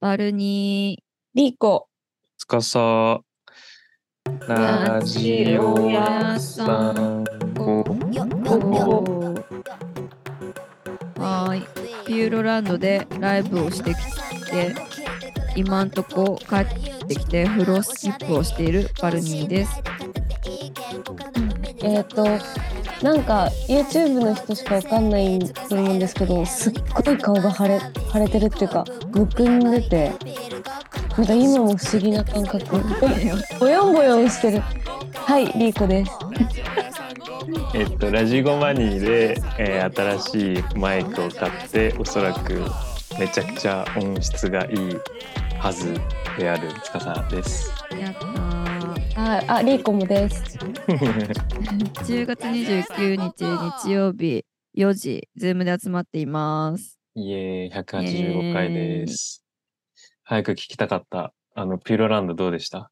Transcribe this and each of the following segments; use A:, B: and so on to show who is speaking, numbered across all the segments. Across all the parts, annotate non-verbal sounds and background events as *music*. A: バルニー、リーコ、
B: つかさ、ラジオ屋さんご。
A: はーい。ピューロランドでライブをしてきて、今んとこ帰ってきてフロースキップをしているバルニーです。
C: えっ、となんか YouTube の人しかわかんないと思うんですけどすっごい顔が腫れ腫れてるっていうかむくんでてなんか今も不思議な感 *laughs* 覚ぼよんぼよんしてるはいリーコです
B: えっと、ラジゴマニーで、えー新しいマイクを買って、おそらくめちゃくちゃ音質がいいはずであるつかさです。
A: やったー。
C: ああリーコもです
A: 10月29日日曜日4時、ズームで集まっています。
B: いえー、185回です。早く聞きたかった。あの、ピューロランドどうでした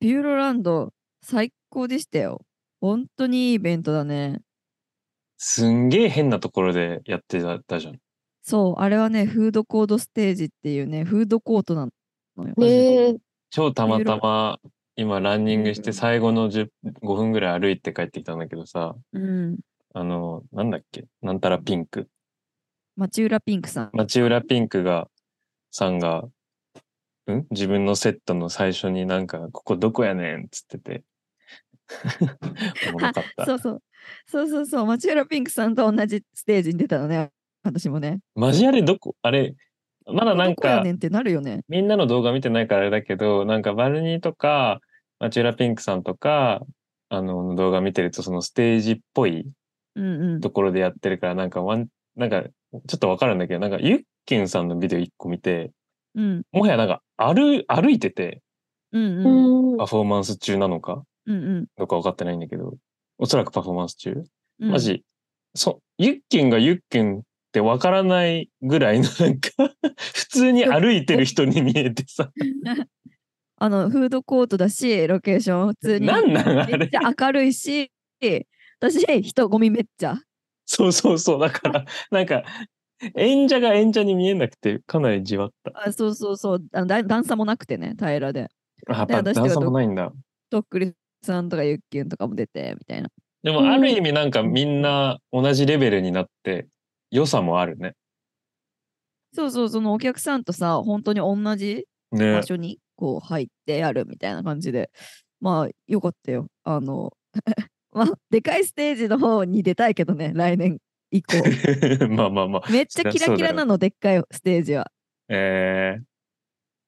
A: ピューロランド、最高でしたよ。本当にいいイベントだね。
B: すんげえ変なところでやってたじゃん。
A: そう、あれはね、フードコートステージっていうね、フードコートなのよ。
C: ねえ
B: 超たまたま今ランニングして最後の10 5分ぐらい歩いて帰ってきたんだけどさ、
A: うん。
B: あの、なんだっけなんたらピンク。
A: 町浦ピンクさん。
B: 町浦ピンクが、さんが、ん自分のセットの最初になんか、ここどこやねんっつって
A: *laughs*
B: て。おもろかっ
A: そ
B: た。
A: うそう。そうそうそう。町浦ピンクさんと同じステージに出たのね。私もね。
B: マジあれどこあれ、まだなん
A: どこや
B: か、
A: ねんってなるよね。
B: みんなの動画見てないからあれだけど、なんかバルニーとか、マチュラピンクさんとか、あの、動画見てると、そのステージっぽい
A: うんうん。
B: ところでやってるから、なんかワン、なんか、ちょっとわかるんだけど、なんか、ユッケンさんのビデオ一個見て、
A: うん
B: もはやなんか、歩、歩いてて、
A: うん
C: う
A: うん。
C: ん
B: パフォーマンス中なのか、
A: うん
B: どうか分かってないんだけど、おそらくパフォーマンス中。
A: うん。
B: マジ、そ、ユッケンがユッケンってわからないぐらいの、なんか、 *laughs* 普通に歩いてる人に見えてさ、
A: あの、フードコートだし、ロケーション普通に。
B: なんなんあ
A: めっ
B: れ
A: ち。ゃ明るいし、私、人混みめっちゃ。
B: そうそうそう。だから、なんか、演者が演者に見えなくて、かなりじわった。
A: あそうそうそうあのだ。段差もなくてね、平らで。
B: あ、やっ
A: で
B: ぱ
A: 私
B: 段
A: と
B: 差
A: かど
B: もないんだ。
A: とっくりさんとかゆっきゅんとかも出て、みたいな。
B: で
C: うん
B: も、ある意味なんかみんな同じレベルになって、良さもあるね。
A: そうそう、そのお客さんとさ、本当に同じ
B: ね
A: 場。所にこう入ってやるみたいな感じで、まあよかったよ。あの、 *laughs* まあでかいステージの方に出たいけどね、来年以
B: *laughs*
A: 降。
B: まあまあまあ。
A: めっちゃキラキラなの、でっかいステージは。
B: えー、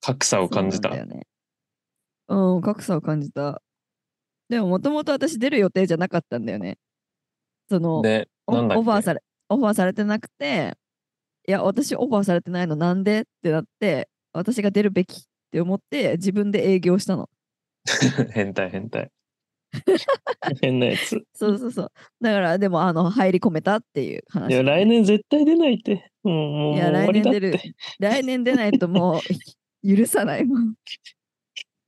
B: 格差を感じた。
A: そうな
B: うん
A: だよね。うん、格差を感じた。でももともと私出る予定じゃなかったんだよね。その、
B: で、
A: お
B: なんだっけ
A: オファーされ、オファーされてなくて、いや、私オファーされてないのなんでってなって、私が出るべきって思って、自分で営業したの。
B: *laughs* 変態変
A: *laughs*
B: 態。変なやつ。
A: そうそうそう。だから、でも、あの、入り込めたっていう話。
B: いや、来年絶対出ないって。もう、もう、
A: いや
B: もう
A: 来年
B: 終
A: 出
B: わりだ
A: る
B: って。。
A: 来年出ないともう許さないもん。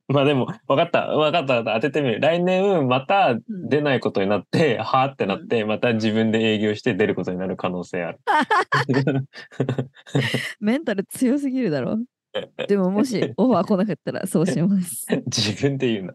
B: まあでも、分かった、分かった、分かった当ててみる。来年、また
A: うん
B: 出ないことになって、はあってなって、また自分で営業して出ることになる可能性
A: *laughs*
B: ある。
A: メンタル強すぎるだろ。でも、もしオファー来なかったらそうします。
B: *laughs* 自分で言う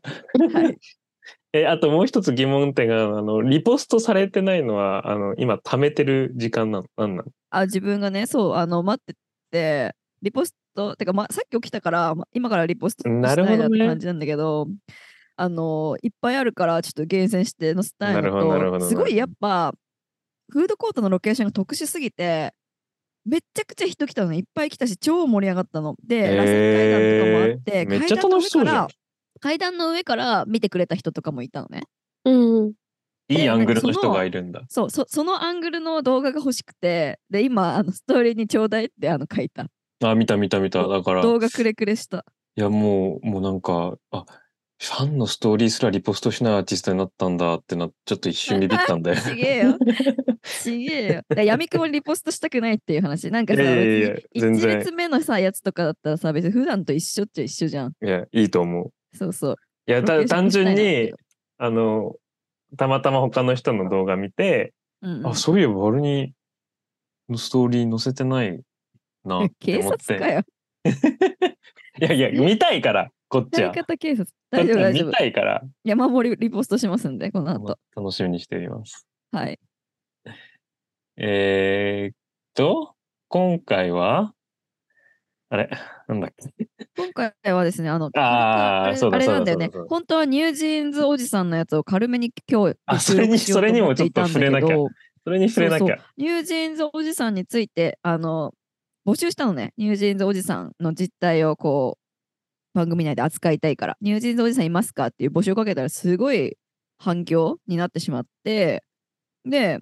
B: な。
A: はい。
B: *laughs* え、あともう一つ疑問点が、あの、リポストされてないのは、あの、今、貯めてる時間なの、なんなの
A: あ、自分がね、そう、あの、待ってて、リポスト、てか、ま、さっき起きたから、ま今からリポストし
B: な
A: な
B: るほど
A: いなって
B: ね
A: 感じなんだけど、あの、いっぱいあるから、ちょっと厳選して載せたいの
B: なるほどなるほ
A: と、
B: ど
A: すごいやっぱ、フードコートのロケーションが特殊すぎて、めっちゃくちゃ人来たのねいっぱい来たし、超盛り上がったの。で、螺旋階段とかもあって、
B: えーめっちゃ
A: 階段の
B: 楽しそう
A: 上
B: じゃ
A: から
B: ん
A: 階段の上から見てくれた人とかもいたのね。
C: うん
B: いいアングルの
A: その
B: 人がいるんだ。
A: そう、そそのアングルの動画が欲しくて、で、今、あのストーリーにちょうだいってあの書いた。
B: あ、見た見た見た。だから、
A: 動画くれくれ
B: *laughs*
A: した。
B: いや、もう、もうなんか、あ、ファンのストーリーすらリポストしないアーティストになったんだってな、ちょっと一瞬ビビったん
A: *laughs*
B: だよ。
A: ちげえよ。ちげえよ。だやみくもにリポストしたくないっていう話。なんかさ、
B: いやいやいや
A: 別
B: 全
A: に一
B: 然
A: 列目のさ、やつとかだったらさ、別に普段と一緒っちゃ一緒じゃん。
B: いや、いいと思う。
A: そうそう。
B: いや、
A: ロ
B: た
A: ケーション
B: 単純
A: したい
B: に
A: な、
B: あの、たまたま他の人の動画見て、
A: うんうん
B: あ、そういえば、俺に、のストーリー載せてないなって思っ
A: *laughs* 警察か
B: て。
A: よ。
B: いやいや、見たいから、こっち
A: や
B: は。
A: り
B: こ
A: 方警察。
B: っ
A: 大
B: ち
A: 丈夫、
B: は
A: 大丈
B: 見
A: 夫。
B: たいから、
A: 山盛りリポストしますんで、この後。
B: 楽しみにしております。
A: はい。
B: えー、っと、今回は、あれなんだっけ
A: 今回はですね、あの、
B: あー
A: れ
B: そうだ
A: あれなんだよ
B: そ
A: ね
B: うだそうだそう。だ
A: 本当はニュージーンズおじさんのやつを軽めに今日
B: あそれに
A: 収録しよう思ていたんだけど
B: それにもちょっと触れなきゃそれに触れなきゃ。
A: そうそうニュージーンズおじさんについて、あの、募集したのね。ニュージーンズおじさんの実態をこう、番組内で扱いたいから。ニュージーンズおじさんいますかっていう募集をかけたら、すごい反響になってしまって、で、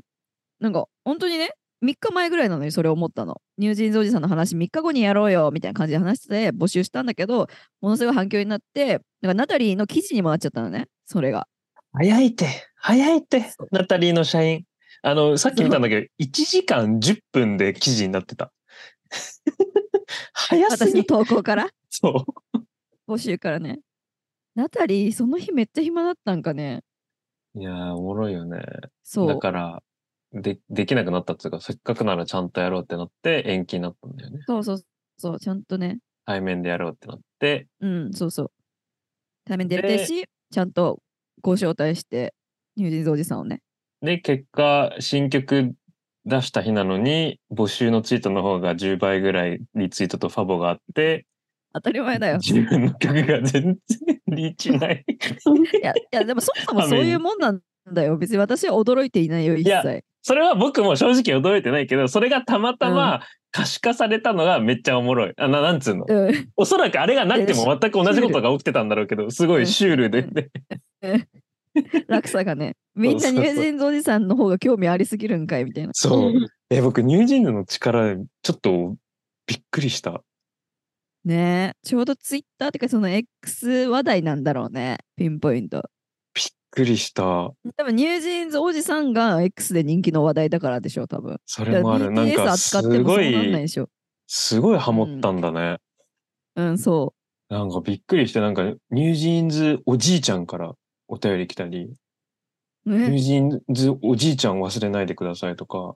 A: なんか、本当にね、3日前ぐらいなのにそれを思ったの。ニュージーンズおじさんの話3日後にやろうよみたいな感じで話してて募集したんだけど、ものすごい反響になって、なんかナタリーの記事にもなっちゃったのね、それが。
B: 早いって、早いって、ナタリーの社員。あの、さっき見たんだけど、1時間10分で記事になってた。早す
A: *laughs* 私の
B: ぎ
A: 投稿から。
B: そう。
A: 募集からね。ナタリー、その日めっちゃ暇だったんかね。
B: いやー、おもろいよね。
A: そ
B: だ
A: う。
B: から、で、できなくなったっていうか、せっかくならちゃんとやろうってなって、延期になったんだよね。
A: そうそうそう、ちゃんとね。
B: 対面でやろうってなって、
A: うん、そうそう。対面でやりたいし、ちゃんとご招待して、ニュージーンズおじさんをね。
B: で、結果、新曲出した日なのに、募集のツイートの方が10倍ぐらいリツイートとファボがあって、
A: 当たり前だよ。
B: 自分の曲が全然リーチない。 *laughs*
A: いや、いやでもそもそもそういうもんなんだよ。別に私は驚いていないよ、一
B: や
A: 切。
B: それは僕も正直驚いてないけど、それがたまたま可視化されたのがめっちゃおもろい。あななんつうの。
A: うん、
B: おそらくあれがなくて
A: えシュ
B: も全く同じことが起きてたんだろうけど、すごいシュールで、
A: うん落差がね。
B: *laughs*
A: みんなニュージーンズおじさんの方が興味ありすぎるんかいみたいな。
B: そう。え、僕、ニュージーンズの力、ちょっとびっくりした。
A: ねえちょうどツイッターっていうか、その X 話題なんだろうね。ピンポイント。
B: びっくりした。
A: 多分ニュージーンズおじさんが X で人気の話題だからでしょ、多分。
B: そ
A: だか
B: れもあ
A: ら
B: る。なん
A: BTS
B: か、
A: 扱
B: す
A: っても
B: ご
A: そうなんない
B: い、
A: でしょ。
B: すごいハモったんだね。
A: うん、そ
B: なんかびっくりして、なんか、ニュージーンズおじいちゃんからお便り来たり、
A: う。
B: ニュー
A: ね、
B: ジーンズおじいちゃん忘れないでくださいとか、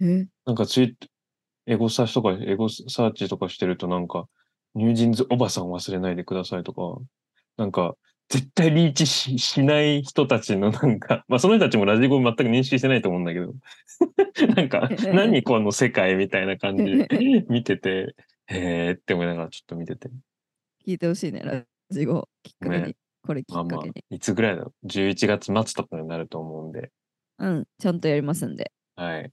A: え
B: なんかツイエゴサーチとか、エゴサーチとかしてるとなんか、ニュージーンズおばさん忘れないでくださいとか、なんか、絶対リーチししない人たちのなんか、まあその人たちもラジゴ全く認識してないと思うんだけど、 *laughs* なんか、何この世界みたいな感じ
A: *laughs*
B: で見てて、へーって思いながらちょっと見てて。
A: 聞いてほしいね、ラジゴ。きっかけに。
B: ね
A: これきっ
B: まあ
A: か
B: まあ
A: けに、、
B: いつぐらいだろう ?11 月末とかになると思うんで。
A: うん、ちゃんとやりますんで。
B: はい。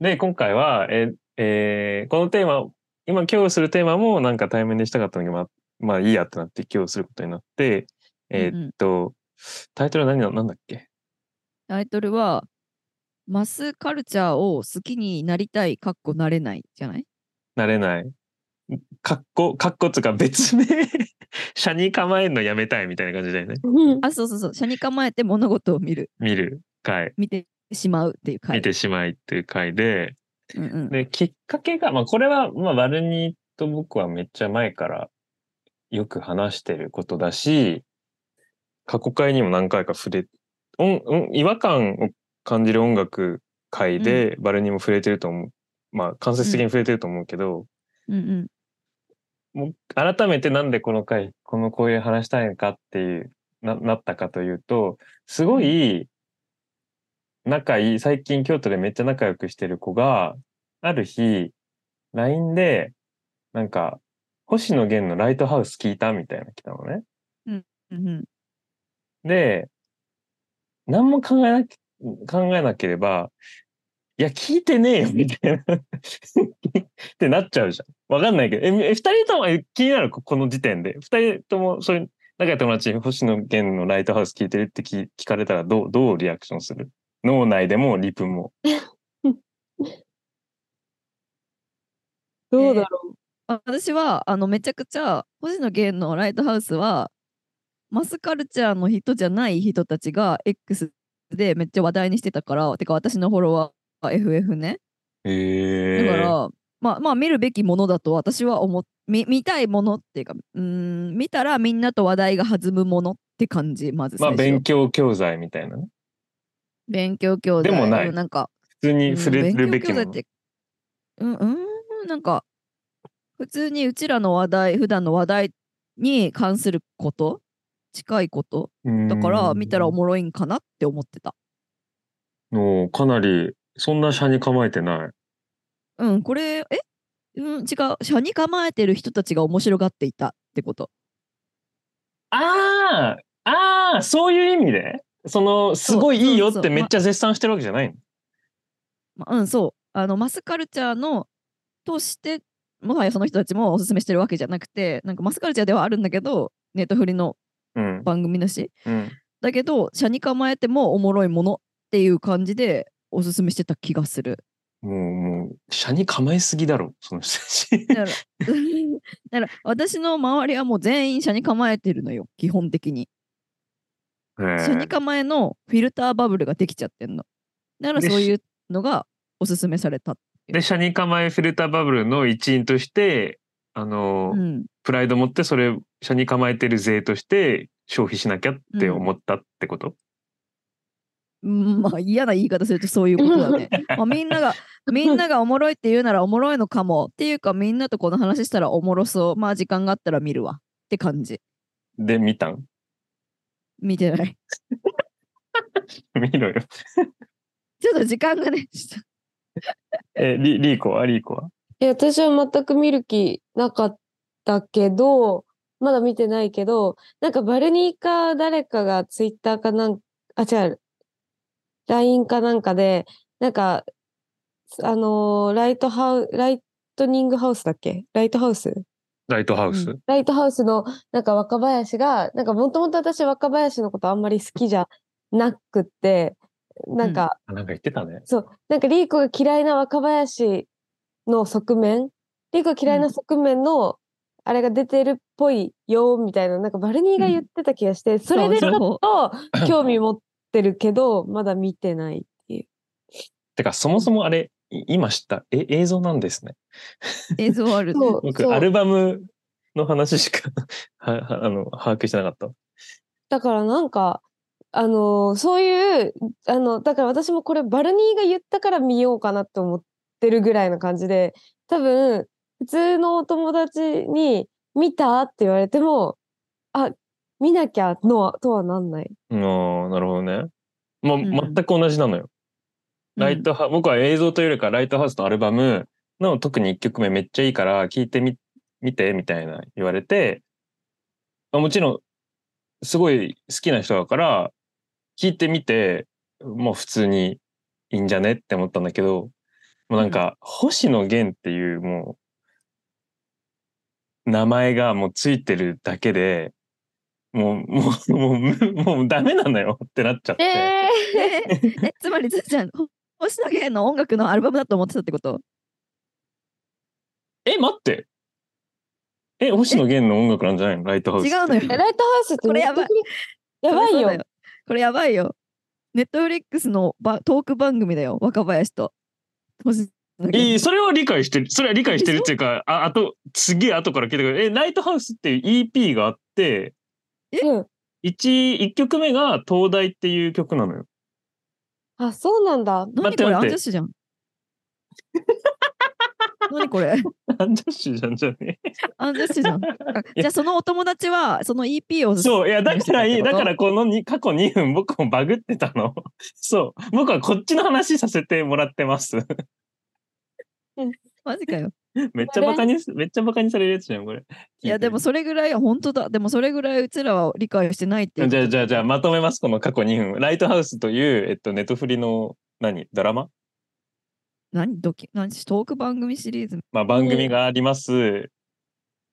B: で、今回は、えーえーこのテーマ、今今日するテーマもなんか対面でしたかったのに、まあ、まあいいやってなって今日することになって、えーっと、タイトルは何ななんだっけ
A: タイトルは、マスカルチャーを好きになりたい、かっこなれないじゃない
B: なれない。かっこ、かっこつうか別名、 *laughs* 社に構えるのやめたいみたいな感じだよね。
C: *laughs*
A: あ、そうそうそう、車に構えて物事を見る、
B: 見る回、
A: 見てしまうっていう回。
B: 見てしまいっていう回で、
A: うんうん、
B: で、きっかけが、まあこれは、まあバルニーと僕はめっちゃ前からよく話してることだし、過去会にも何回か触れ、音音違和感を感じる音楽会でバルニーも触れてると思う。まあ間接的に触れてると思うけど、
A: うんうん。
B: もう改めてなんでこの回、このこういう話したいのかっていう、な、なったかというと、すごい、仲いい、最近京都でめっちゃ仲良くしてる子が、ある日、LINE で、なんか、星野源のライトハウス聞いたみたいなの来たのね。
A: うんうん、
B: で、何も考えなき、考えなければ、いや、聞いてねえよ、みたいな。 *laughs* ってなっちゃうじゃん。わかんないけど。えみ、え二人ともえ気になる、ここの時点で。二人とも、そういう、仲良い友達に星野源のライトハウス聞いてるって聞聞かれたら、どう、どうリアクションする脳内でも、リプも。
C: どうだろ
A: あ私はあのめちゃくちゃ星野源のライトハウスはマスカルチャーの人じゃない人たちが X でめっちゃ話題にしてたからてか私のフォロワーは FF ねだ
B: へ
A: か
B: え。
A: ら、まあまあ見るべきものだと私は思っ見見たいものっていうかうーん見たらみんなと話題が弾むものって感じまず最
B: まあ、
A: 初、
B: 勉強教材みたいなね。
A: 勉強教材
B: でもない
A: うんなんか
B: 普通に
A: うん
B: 触れるべき
A: 勉強教
B: も
A: 材
B: の
A: ってうんうんなんか普通にうちらの話題普段の話題に関すること近いことだから見たらおもろいんかなって思ってた
B: もうかなりそんな車に構えてない。
A: うんこれえうん違う車に構えてる人たちが面白がっていたってこと
B: ああああそういう意味でそのすごいいいよっ
A: そうそう
B: て
A: そう
B: めっちゃ絶賛してるわけじゃないの
A: まあうん、そう。あの、マスカルチャーの、として、もはやその人たちもおすすめしてるわけじゃなくて、なんかマスカルチャーではあるんだけど、ネットフリの
B: うん
A: 番組だし、
B: うん
A: だけど、社に構えてもおもろいものっていう感じでおすすめしてた気がする。
B: もうもう車に構えすぎだろその人
A: *laughs*
B: たち
A: だから、だから私の周りはもう全員社に構えてるのよ、基本的に。
B: へー
A: 社に構えのフィルターバブルができちゃってんの。だから
B: で
A: そういうのがおすすめされた。
B: で車に構えフィルターバブルの一員としてあの、
A: うん。
B: プライド持ってそれ車に構えてる税として消費しなきゃって思ったってこと、
A: うんまあ嫌な言い方するとそういうことだ
B: *laughs*
A: ね。まあみんなが、みんながおもろいって言うならおもろいのかもっていうかみんなとこの話したらおもろそう。まあ時間があったら見るわって感じ。
B: で見たん *laughs*
A: 見てない。
B: 見ろよ
A: ちょっと時間がね、ちょっ
B: えリリーコはリーコは
C: え私は全く見る気なかったけど、まだ見てないけど、なんかバルニーか誰かがツイッターかなんあ、違う、LINE かなんかで、なんか、あのーライトハウ、ライトニングハウスだっけライトハウス
B: ライトハウス、
A: う
C: ライトハウスのなんか若林が、なんかもともと私若林のことあんまり好きじゃなくって、なんか、
B: あなんか言ってたね
C: そう、なんかリーコが嫌いな若林の側面、リーコが嫌いな側面の、あれが出てるっぽいよ、みたいな、なんかバルニーが言ってた気がして、それでち
A: そう *laughs*
C: ょっと *coughs* 興味持ってるけど、まだ見てない。
B: てかそもそもあれい今知ったえ映像なんですね
A: と映像ある、ね。
C: そう
B: 僕
C: そう
B: アルバムの話しか *laughs* ははあの把握してなかった
C: だからなんか、あのーそういう、あの、だから私もこれバルニーが言ったから見ようかなと思ってるぐらいの感じで、多分、普通のお友達に見たって言われても、あ、見なきゃのは、とはなんない。
B: あーなるほどねまあ、
A: ん
B: 全く同じなのよライトハ、僕は映像というよりかライトハウスとアルバムの特に1曲目めっちゃいいから聴いてみ見てみたいな言われて、まあ、もちろんすごい好きな人だから聴いてみてもう普通にいいんじゃねって思ったんだけどもうなんか星野源っていうもう名前がもうついてるだけでもうもうもうむもうダメなのよってなっちゃって。
A: うん。えー *laughs* えつまり、ずーちゃん、ほ星野源の音楽のアルバムだと思ってたってこと
B: え、待って。え、星野源の音楽なんじゃないのライトハウス。
A: 違うのよ。
C: えライトハウスって
A: これやばい
C: Netflix やばい
A: そりゃそうだ
C: よ。
A: これやばいよ。ネットフリックスのばトーク番組だよ、若林と。星野源
B: えーそれは理解してる。それは理解してるっていうか、ああと、すげえ後から聞いたけど、え、ライトハウスっていう EP があって、
C: うん。
B: 1、一曲目が東大っていう曲なのよ。
C: あ、そうなんだ。
A: 何
B: 待って
A: これアン
B: 待っ
A: ジ
B: て
A: ャッシュじゃん。 *laughs* 何これ
B: アンジャッシュじゃんじゃね
A: アンジャッシュじゃん。あじゃあそのお友達はその EP を
B: そう、いや、だからい
A: *laughs* 何
B: い、
A: してたってこ
B: だ
A: と
B: からこのに過去2分僕もバグってたの。 *laughs* そう。僕はこっちの話させてもらってます。 *laughs*
A: マジかよ。
B: めっちゃバカにす、めっちゃバカにされるやつじゃん、これ。
A: いやでもそれぐらいは本当だ。でもそれぐらいうちらは理解してないっていうこと
B: じゃあ、じゃあ、じゃあ、まとめます、この過去2分。ライトハウスという、えっと、ネットフリの、何ドラマ
A: 何ドキ何トーク番組シリーズ。
B: まあ、番組があります。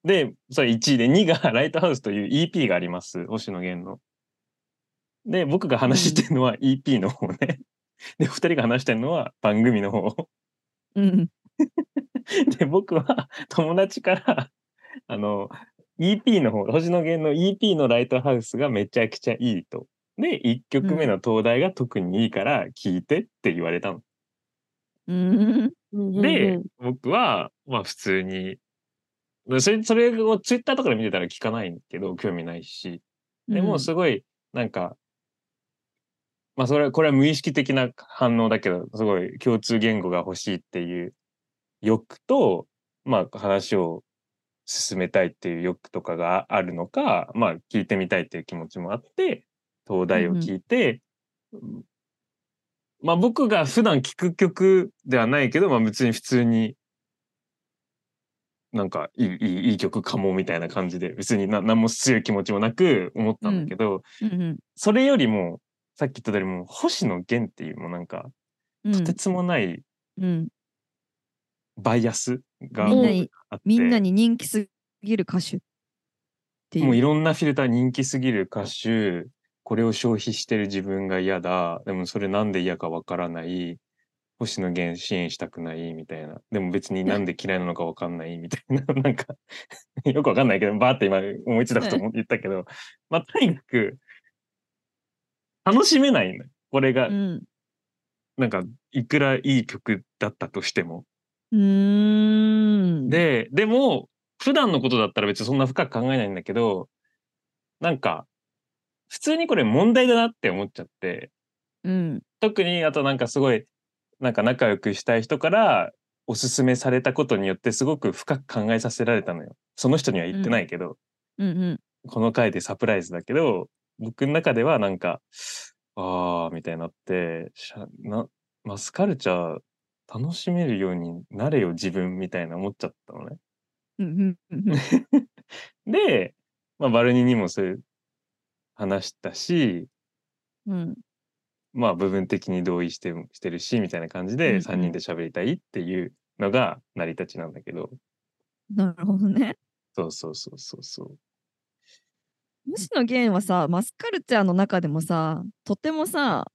B: で、それ1位で、2が *laughs* ライトハウスという EP があります。星野源の。で、僕が話してるのは EP の方ね。で、二人が話してるのは番組の方。
A: うん。
B: で、僕は *laughs* 友達から、あの、EP の方、星野源の EP のライトハウスがめちゃくちゃいいと。で、1曲目の東大が特にいいから聴いてって言われたの。
A: うん。
C: うんうん
B: で、
C: うん
B: 僕は、まあ普通に、でそれそれをツイッターとかで見てたら聞かないけど、興味ないし。でも、すごい、なんか、まあそれは、これは無意識的な反応だけど、すごい共通言語が欲しいっていう欲と、まあ話を進めたいっていう欲とかがあるのか、まあ、聞いてみたいっていう気持ちもあって東大を聞いて、うんまあ僕が普段聞く曲ではないけど、まあ、別に普通になんかいいいいいい曲かもみたいな感じで別にな何も強い気持ちもなく思ったんだけど、
A: うん
B: それよりもさっき言った通りもう星野源っていうもうなんか
A: うん
B: とてつもない
A: うん、
B: バイアスが
A: みんなに
B: あって、
A: みんなに人気すぎる歌手って
B: もう
A: い。
B: いうろんなフィルター人気すぎる歌手これを消費してる自分が嫌だでもそれなんで嫌かわからない星野源支援したくないみたいなでも別になんで嫌いなのかわかんないみたいな *laughs* なんかよくわかんないけどバーって今思いついたことも言ったけど、まあとにかく楽しめないのよこれが、
A: うん、
B: なんかいくらいい曲だったとしても。
A: うーん、
B: で、でも、普段のことだったら別にそんな深く考えないんだけど、なんか、普通にこれ問題だなって思っちゃって、
A: うん、
B: 特にあとなんかすごい、なんか仲良くしたい人からおすすめされたことによってすごく深く考えさせられたのよ。その人には言ってないけど、
A: うん、うん、
B: この回でサプライズだけど、僕の中ではなんか、あーみたいになって、しゃなマスカルチャー楽しめるようになれよ自分みたいな思っちゃったのね。
A: うん、うん、
B: で、まあ、バルニーにもそういう話したし、
A: うん、
B: まあ、部分的に同意してしてるしみたいな感じ
A: うんう
B: で
A: ん
B: 3人で喋りたいっていうのが成り立ちなんだけど、
A: なるほどね。
B: そうそうそうそうそう。
A: 星野源はさマスカルチャーの中でもさとてもさ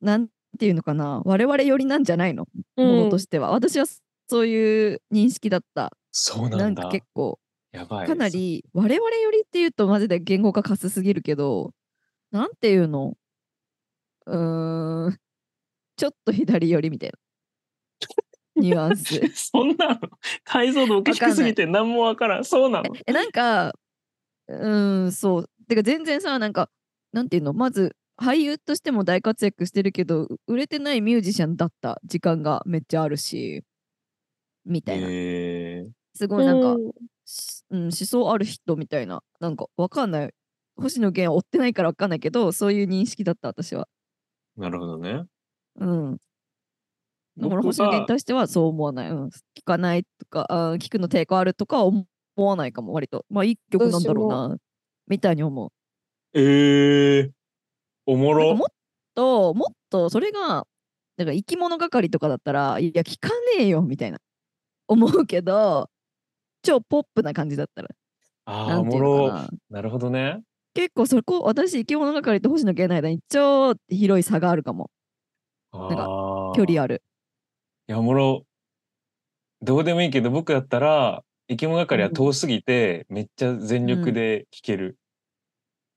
A: なんていうのかな我々寄りなんじゃないの、ものとしては私はそそういう認識だった
B: そう
A: な
B: なん
A: ん
B: だ。
A: か結構
B: やばい。
A: かなり我々寄りっていうとマジで言語化かすすぎるけどなんていうのうーんちょっと左寄りみたいなニュアンス
B: そ。 *laughs* そんなの解像度おかしくすぎて何もわからん。そうなの。
A: えなんかうーんそうてか全然さなんかなんていうのまず俳優としても大活躍してるけどう売れてないミュージシャンだった時間がめっちゃあるしみたいな、
B: え
A: す
C: う
A: ごいなんか、
C: う
A: しうん、思想ある人みたいななんかわかんない星野源を追ってないからわかんないけどそういう認識だった私は
B: ー、なるほどね。
A: うんだから
B: 僕
A: 星野源に
B: が
A: 対してはそう思わない、うん、聞かないとかあー聞くの抵抗あるとかは思わないかも割とまあいい曲なんだろうなみたいに思う
B: えー、おも
A: なんか
B: ろ
A: も。っともっとそれがなんか生き物係とかだったらいや聞かねえよみたいな思うけど超ポップな感じだったら
B: あー、
A: な
B: お
A: んて
B: も
A: いうの
B: ろ
A: か。な
B: なるほどね。
A: 結構そこ私生き物係と星野源の間に超広い差があるかもんか
B: あー
A: 距離ある
B: いや、おもろ。どうでもいいけど、僕だったら、生き物係は遠すぎて、めっちゃ全力で聴ける。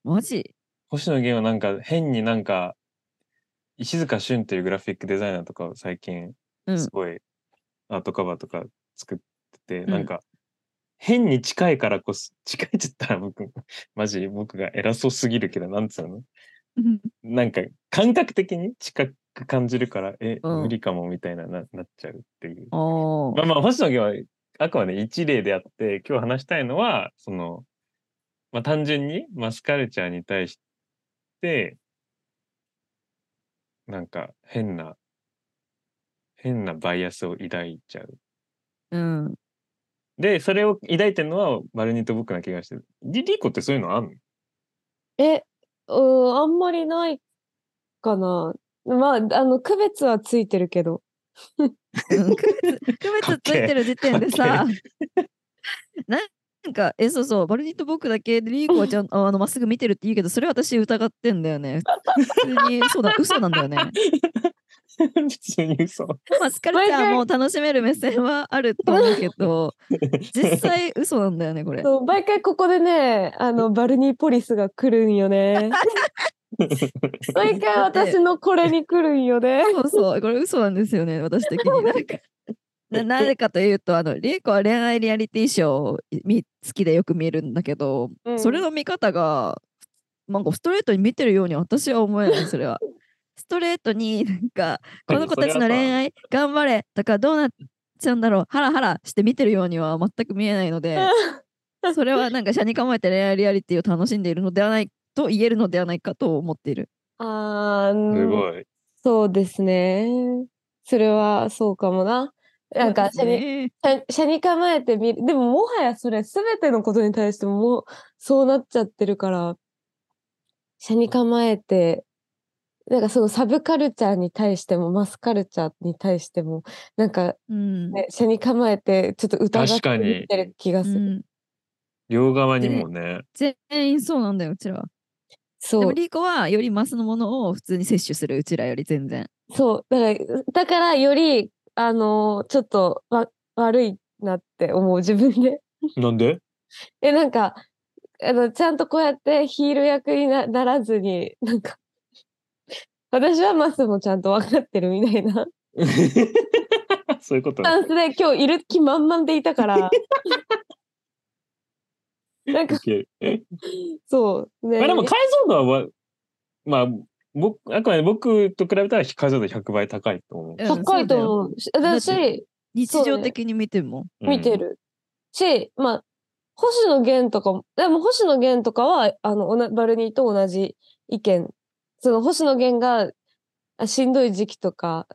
A: マジ
B: 星野源はなんか、変になんか、石塚俊っていうグラフィックデザイナーとかを最近、
A: うん
B: すごい、アートカバーとか作ってて、
A: ん
B: なんか、変に近いからこそ、近いって言ったら僕、マジ僕が偉そうすぎるけど、なんつうの
A: うん
B: なんか、感覚的に近く感じるから、え、
A: うん
B: 無理かもみたいな、ななっちゃうっていう。
A: あー
B: まあまあ、星野源はあくまで一例であって、今日話したいのは、その、まあ単純にマスカルチャーに対して、なんか変な、変なバイアスを抱いちゃう。
A: うん
B: で、それを抱いてるのはバルニーと僕な気がしてる。リリコってそういうのあんの *laughs*
C: え、うん、あんまりないかな。まあ、あの、区別はついてるけど。
B: *laughs*
A: うん区別区別ついてる時点で
B: か
A: さな *laughs* なんかえそうそうバルニーと僕だけでリーコはち
B: *laughs*
A: ゃんああのまっすぐ見てるって言うけどそれ私疑ってんだよね普通にそう
B: *laughs*
A: だ嘘なんだよね
B: 普通に嘘。
A: まあスカルチャーも楽しめる目線はあると思うけど
B: *laughs*
A: 実際嘘なんだよねこれ
C: そう毎回ここでね、あの、バルニーポリスが来るん
A: *laughs*
C: よね。毎回私のこれに来るんよね。
A: そうそうこれ嘘なんですよね私的になん
C: *laughs*
A: かななぜかというとあのリーコは恋愛リアリティショーをみ好きでよく見るんだけど
C: うん
A: それの見方がなんかストレートに見てるように私は思えないそれ
C: *laughs*
A: は。ストレートになんかこの子たちの恋愛頑
C: *laughs*
A: 張れとかどうなっちゃうんだろうハラハラして見てるようには全く見えないのでそれはなんか、車に構えて恋愛リアリティを楽しんでいるのではないと言えるのではないかと思っている。
C: あー、
B: *laughs* す
C: い。
B: ごい。
C: そうですね。それはそうかもな。なんか、
A: そうですね
C: 車に構えてみる。でも、もはやそれ、すべてのことに対しても、もう、そうなっちゃってるから、車に構えて、なんかそのサブカルチャーに対しても、マスカルチャーに対しても、なんか、
A: うん。
C: ね、車に構えて、ちょっと疑っ
B: 確かに
C: てる気が
A: う
C: する。
A: ん
B: 両側にもね。
A: 全員そうなんだよ、うちらは。で
C: そ
A: も、
C: う、
A: リーコはよりマスのものを普通に摂取する、うちらより全然。
C: そう。だから、だからより、あのーちょっとわ、悪いなって思う、自分で。 *laughs*
B: なんで *laughs*
C: え、なんか、あの、ちゃんとこうやってヒール役になならずに、なんか、私はマスもちゃんと分かってるみたい
B: *laughs*
C: な
B: そういうこと
C: スタンスで今日いる気満々でいた
B: *laughs*
C: から、なんか
B: い、けるえ
C: そう、ね。
B: まあでも解像度はわ、まあ、僕、あくまで僕と比べたら解像度100倍高いと思う。
A: うん
C: 高
A: そ
C: いと
A: うだよ
C: 思う。し
A: だっ
C: だ
A: て
C: し、
A: 日
C: そうね
A: 常的に見ても。
C: 見てる。し、まあ、星野源とかも、でも星野源とかは、あの、おなバルニーと同じ意見。その星野源があしんどい時期とか、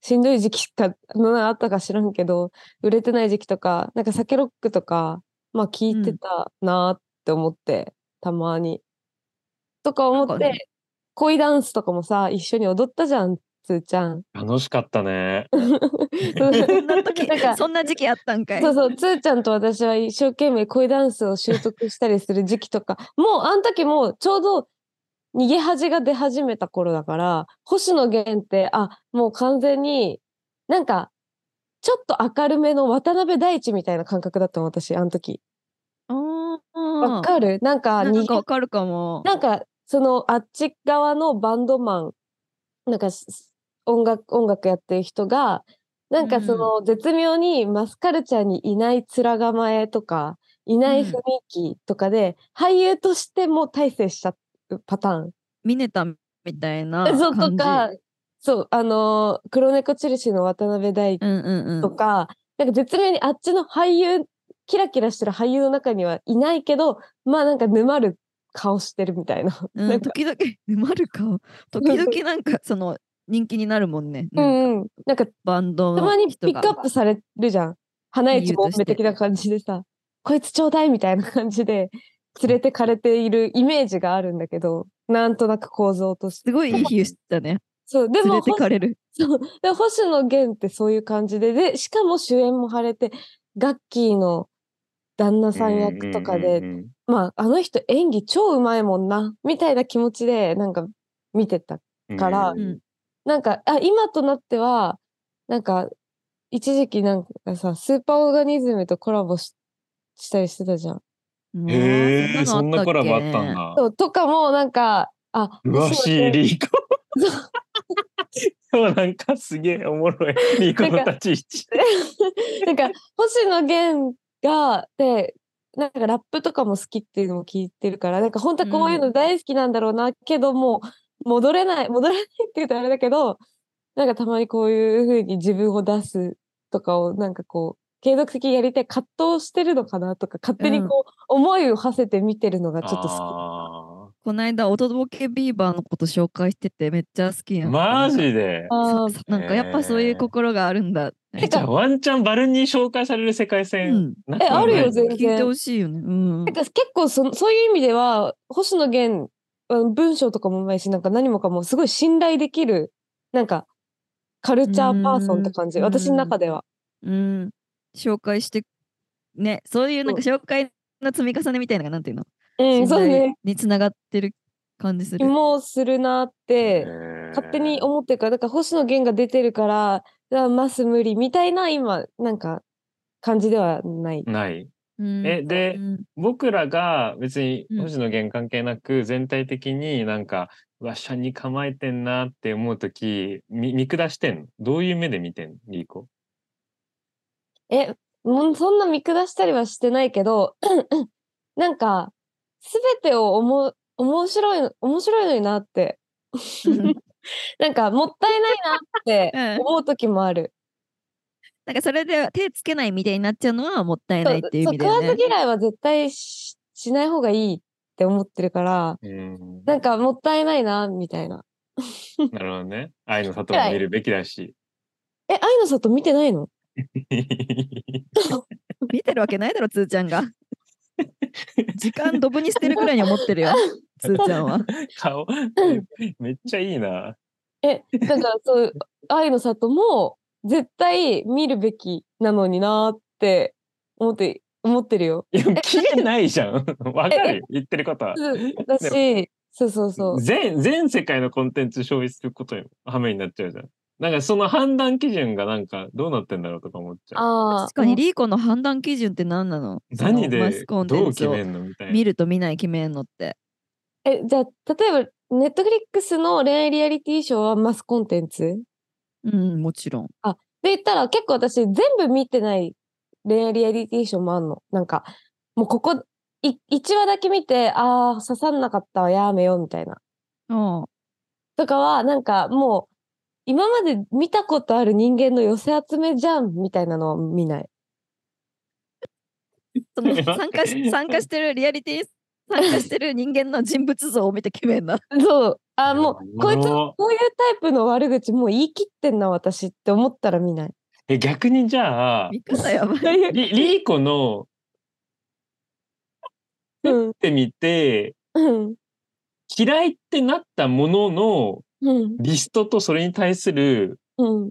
C: しんどい時期か、のあったか知らんけど、売れてない時期とか、なんか酒ロックとか、まあ聞いてたなーって思って、たまに。とか思
A: なん
C: っ
A: か
C: て、
A: ね
C: 恋ダンスとかもさ、一緒に踊ったじゃん、つーちゃ
A: *laughs*
C: ん。
B: うん。楽しかったね。
C: そう
A: そんな時
C: *laughs* なんか
A: そんな時期あったんかい。
C: そうそう、つーちゃんと私は一生懸命恋ダンスを習得したりする時期とか、 *laughs* もうあの時もちょうど逃げ恥が出始めた頃だから、星野源って、あ、もう完全に、なんか、ちょっと明るめの渡辺大地みたいな感覚だったの、私、あの時。
A: ああ。
C: わかるなんか、
A: な
C: 逃
A: ん
C: げ
A: かわかるかも。
C: なんか、その、あっち側のバンドマン、なんかし、音楽、音楽やってる人が、なん
A: う
C: か
A: ん
C: その、絶妙にマスカルチャーにいない面構えとか、いない
A: うん
C: 雰囲気とかで、俳優としても大成しちゃうパターン。
A: ミネタみたいな感じ。
C: そうとか、そう、あのー、黒猫チルシの渡辺大
A: うんうんう
C: と
A: ん。
C: か、なんか絶妙にあっちの俳優、キラキラしてる俳優の中にはいないけど、まあなんか沼る顔してるみたいな。
A: う
C: なん
A: ん、
C: か
A: 時々、沼る
C: *laughs*
A: か。時々なんか、その、人気になるもんね。
C: う
A: なんか
C: んうん。なんか
A: バンド
C: た
A: の
C: まにピ
A: 人
C: ッ
A: が
C: クアップされるじゃん。花
A: 理
C: 一
A: 由と
C: も
A: して
C: め的な感じでさ、こいつちょうだいみたいな感じ *laughs* で連れてかれているイメージがあるんだけど、なんとなく構造として。
A: すごいいい比喩したね。
C: そう、で
A: 連
C: も
A: れてかれる。
C: で星野源ってそういう感じで、で、しかも主演も晴れて、ガッキーの旦那さん役とか
B: うん
C: で、
B: うんうんうん
C: まあ、あの人演技超うまいもんな、みたいな気持ちで、なんか見てたから
B: うん
A: うん。
C: なんか、あ、今となっては、なんか、一時期なんかさ、スーパーオーガニズムとコラボししたりしてたじゃん。
A: もう
B: へえ、そんなコラボあっ
A: の
B: たん
A: っけ
B: だ。
C: そうとかも、なんか、あ、
B: 詳
C: 星
B: しい
C: 野源
B: リーコ。そうなんかすげえおもろい。リーコの立ち
C: *laughs* *laughs*
B: 位置。
C: なんか、星野源が、で、なんかラップとかも好きっていうのも聞いてるから、なんか本当はこういうの大好きなんだろうな、けどもう、戻れない、戻れないって言うとあれだけど、なんかたまにこういうふうに自分を出すとかを、なんかこう、継続的にやりたい葛藤してるのかなとか、勝手にこう、思いを馳せて見てるのがちょっと好
B: 好
A: この間、おとぼけビーバーのこと紹介してて、めっちゃ好きやん。
B: マジで
C: き。あー
A: そうなんかやっぱそういう心があるんだ。
B: えじゃあワンチャンバルーンに紹介される世界
A: う
B: 線
A: ん。
B: なくは
C: えあるよ
B: ない
C: 全然
A: 聞いてほしいよね。うん。
C: なんか結構その、そういう意味では、星野源、あの文章とかもうまいし、なんか何もかもすごい信頼できる、なんか、カルチャーパーソンって感じ。
A: うん
C: 私の中では。
A: うん、紹介して、ね、そういうなんか紹介の積み重ねみたいなのが、なんていうの、
C: うん、
A: 信
C: そう
A: 頼
C: ね。
A: につながってる感じす
C: 気
A: る。
C: もするなっ
B: へ
C: て、
B: ー
C: 勝手に思ってるから、だから星野源が出てるから、あマス無理みたいな、今、なんか、感じではない。
B: ない。
A: うん
B: えで
A: うん
B: 僕らが別に
A: うん
B: 星野源関係なく全体的になんか、うわっしゃに構えてんなって思う時見見下してんのどういう目で見てんのリーコ
C: え、もうそんな見下したりはしてないけど、なんか、すべてを思う、面白いの、面白いのになって。
A: *laughs*
C: なんか、もったいないなって思う時もある。
A: なんかそれで手つけないみたいになっちゃうのはもったい
C: そ
A: な
C: う
A: いっていう意
C: そう
A: 味だよ
C: 食わず
A: ね。
C: 嫌いは絶対ししない方がいいって思ってるから、
B: うん。
C: なんかもったいないな、みたいな。
B: なるほどね。愛の里も見るべきだし。
C: え、愛の里見てないの
A: 見てるわけないだろ、つーちゃ
C: *laughs*
A: んが。時間ドブに捨てるくらいに思ってるよ、つーちゃんは。
B: 顔、めっちゃいいな。
C: え、だからそう、愛の里も絶対見るべきなのになーって思って、思ってるよ。
B: いや、聞いてないじゃん。わかるよ。言ってることは。
C: うんだし、そうそうそう。
B: 全、全世界のコンテンツ消費することに、はめになっちゃうじゃん。なんかその判断基準がなんかどうなってんだろうとか思っちゃう。
C: ああ。
A: 確かにリーコの判断基準って何なのその
B: 何
A: マ
B: で
A: スコン
B: ど
A: テ
B: う
A: ン
B: 決
A: ツを
B: めんのみたいな
A: 見。ると見ない決めんのって。
C: え、じゃあ、例えば、ネットフリックスの恋愛リアリティショーはマスコンテンツ
A: うん、もちろん。
C: で言ったら結構私全部見てない恋愛リアリティショーもあんの。なんか、もうここ、い1話だけ見て、ああ、刺さんなかったわ、やめよう、みたいな。
A: ああ
C: とかは、なんかもう、今まで見たことある人間の寄せ集めじゃん、みたいなのは見ない。
A: そ
B: *laughs*
A: の
B: 待って
A: 参加し参加してるリアリティに参加してる人間の人物像を見て決めん
B: *laughs*
A: な。
C: そう。あーもう、こいつ、
B: もう
C: こういうタイプの悪口もう言い切ってんな、私って思ったら見ない。
B: え、逆にじゃあ、
A: 見方やばい。
B: りリーコの
C: うん、
B: 見てみて、
C: うん、
B: 嫌いってなったものの
C: うん、
B: リストとそれに対する
C: うん。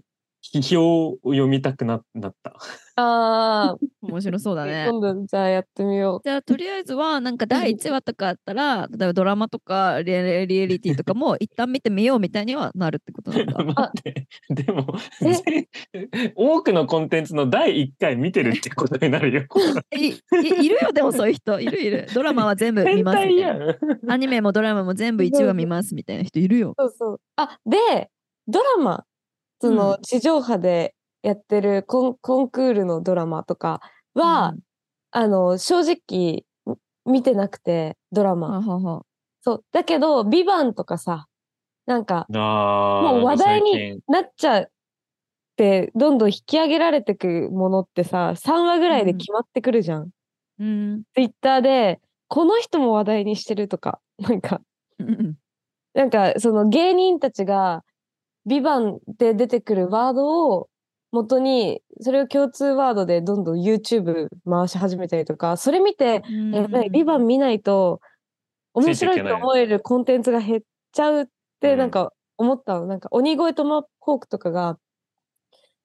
B: 批評を読みたくななった。
C: ああ、
A: 面白そうだね。
C: *laughs* 今度じゃあやってみよ
A: じゃあとりあえずはなんか第1話とかあったら例えばドラマとかリアリリティとか
B: *laughs*
A: も一旦見てみようみたいにはなるってことなんだ。
B: 待って、でも
C: え
B: 全 *laughs* 多くのコンテンツの第1回見てるってことになるよ。
C: *laughs*
A: いいいるよでもそういう人いるいる。ドラマは全部見
B: 変
A: ます
B: 態
A: みた
B: や
A: いな。
C: *laughs*
B: ん。
A: アニメもドラマも全部1話見ますみたいな人いるよ。
C: う。そうそう。あ、で、ドラマ、その、地上波でやってるコンコンクールのドラマとかは、
A: うん
C: あの、正直、見てなくて、ドラ
A: は
C: マ。
A: はは
C: そう。だけど、ビバンとかさ、なんか、も
B: も
C: う話題になっちゃって、どんどん引き上げられてくものってさ、3話ぐらいで決まってくるじゃん。
A: うん。
C: ツイッターで、この人も話題にしてるとか、なんか、
A: うん
C: なんか、その芸人たちが、ビバンで出てくるワードを元に、それを共通ワードでどんどん YouTube 回し始めたりとか、それ見て、やっぱりビバン見ないと、面白いと思えるコンテンツが減っちゃうっ
B: う
C: て、
B: ん
C: なんか思ったの。なんか、鬼越トマホークとかが、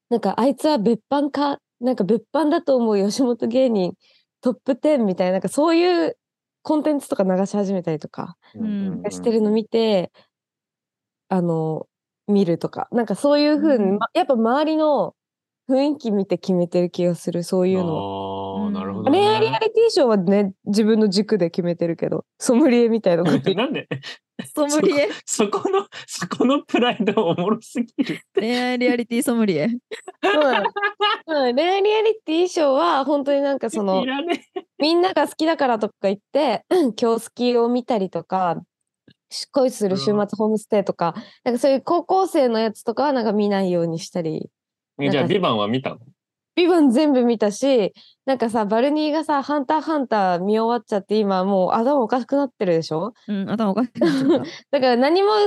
C: なんか、あいつは別班か、なんか別班だと思う吉本芸人トップ10みたいな、なんかそういうコンテンツとか流し始めたりとか。
A: うん
C: してるの見て、あの、見るとか、なんかそういうふうに、
A: うん
C: まやっぱ周りの雰囲気見て決めてる気がする、そういうの。
B: の。あーなるほど、
C: 恋愛リア
B: ね。
C: リティショーはね、自分の軸で決めてるけど、ソムリエみたいなこと言
B: *laughs* なんで
A: ソムリエ
B: そこのそこのプライドおもろすぎる。
A: 恋愛リアリティソムリエ。
C: うんうん恋愛リアリティショーは本当になんかその
B: い、らね
C: みんなが好きだからとか言って、 *clears throat* 今日好きを見たりとか、し恋する週末ホームステイとか、なんかそういう高校生のやつとかはなんか見ないようにしたり、
B: えじゃあビバンは見たの？
C: ビバン全部見たし、なんかさ、バルニーがさ、ハンターハンター見終わっちゃって、今もう頭おかしくなってるでしょ
A: うん、頭おかしくなっちゃっ
C: だから何も語っ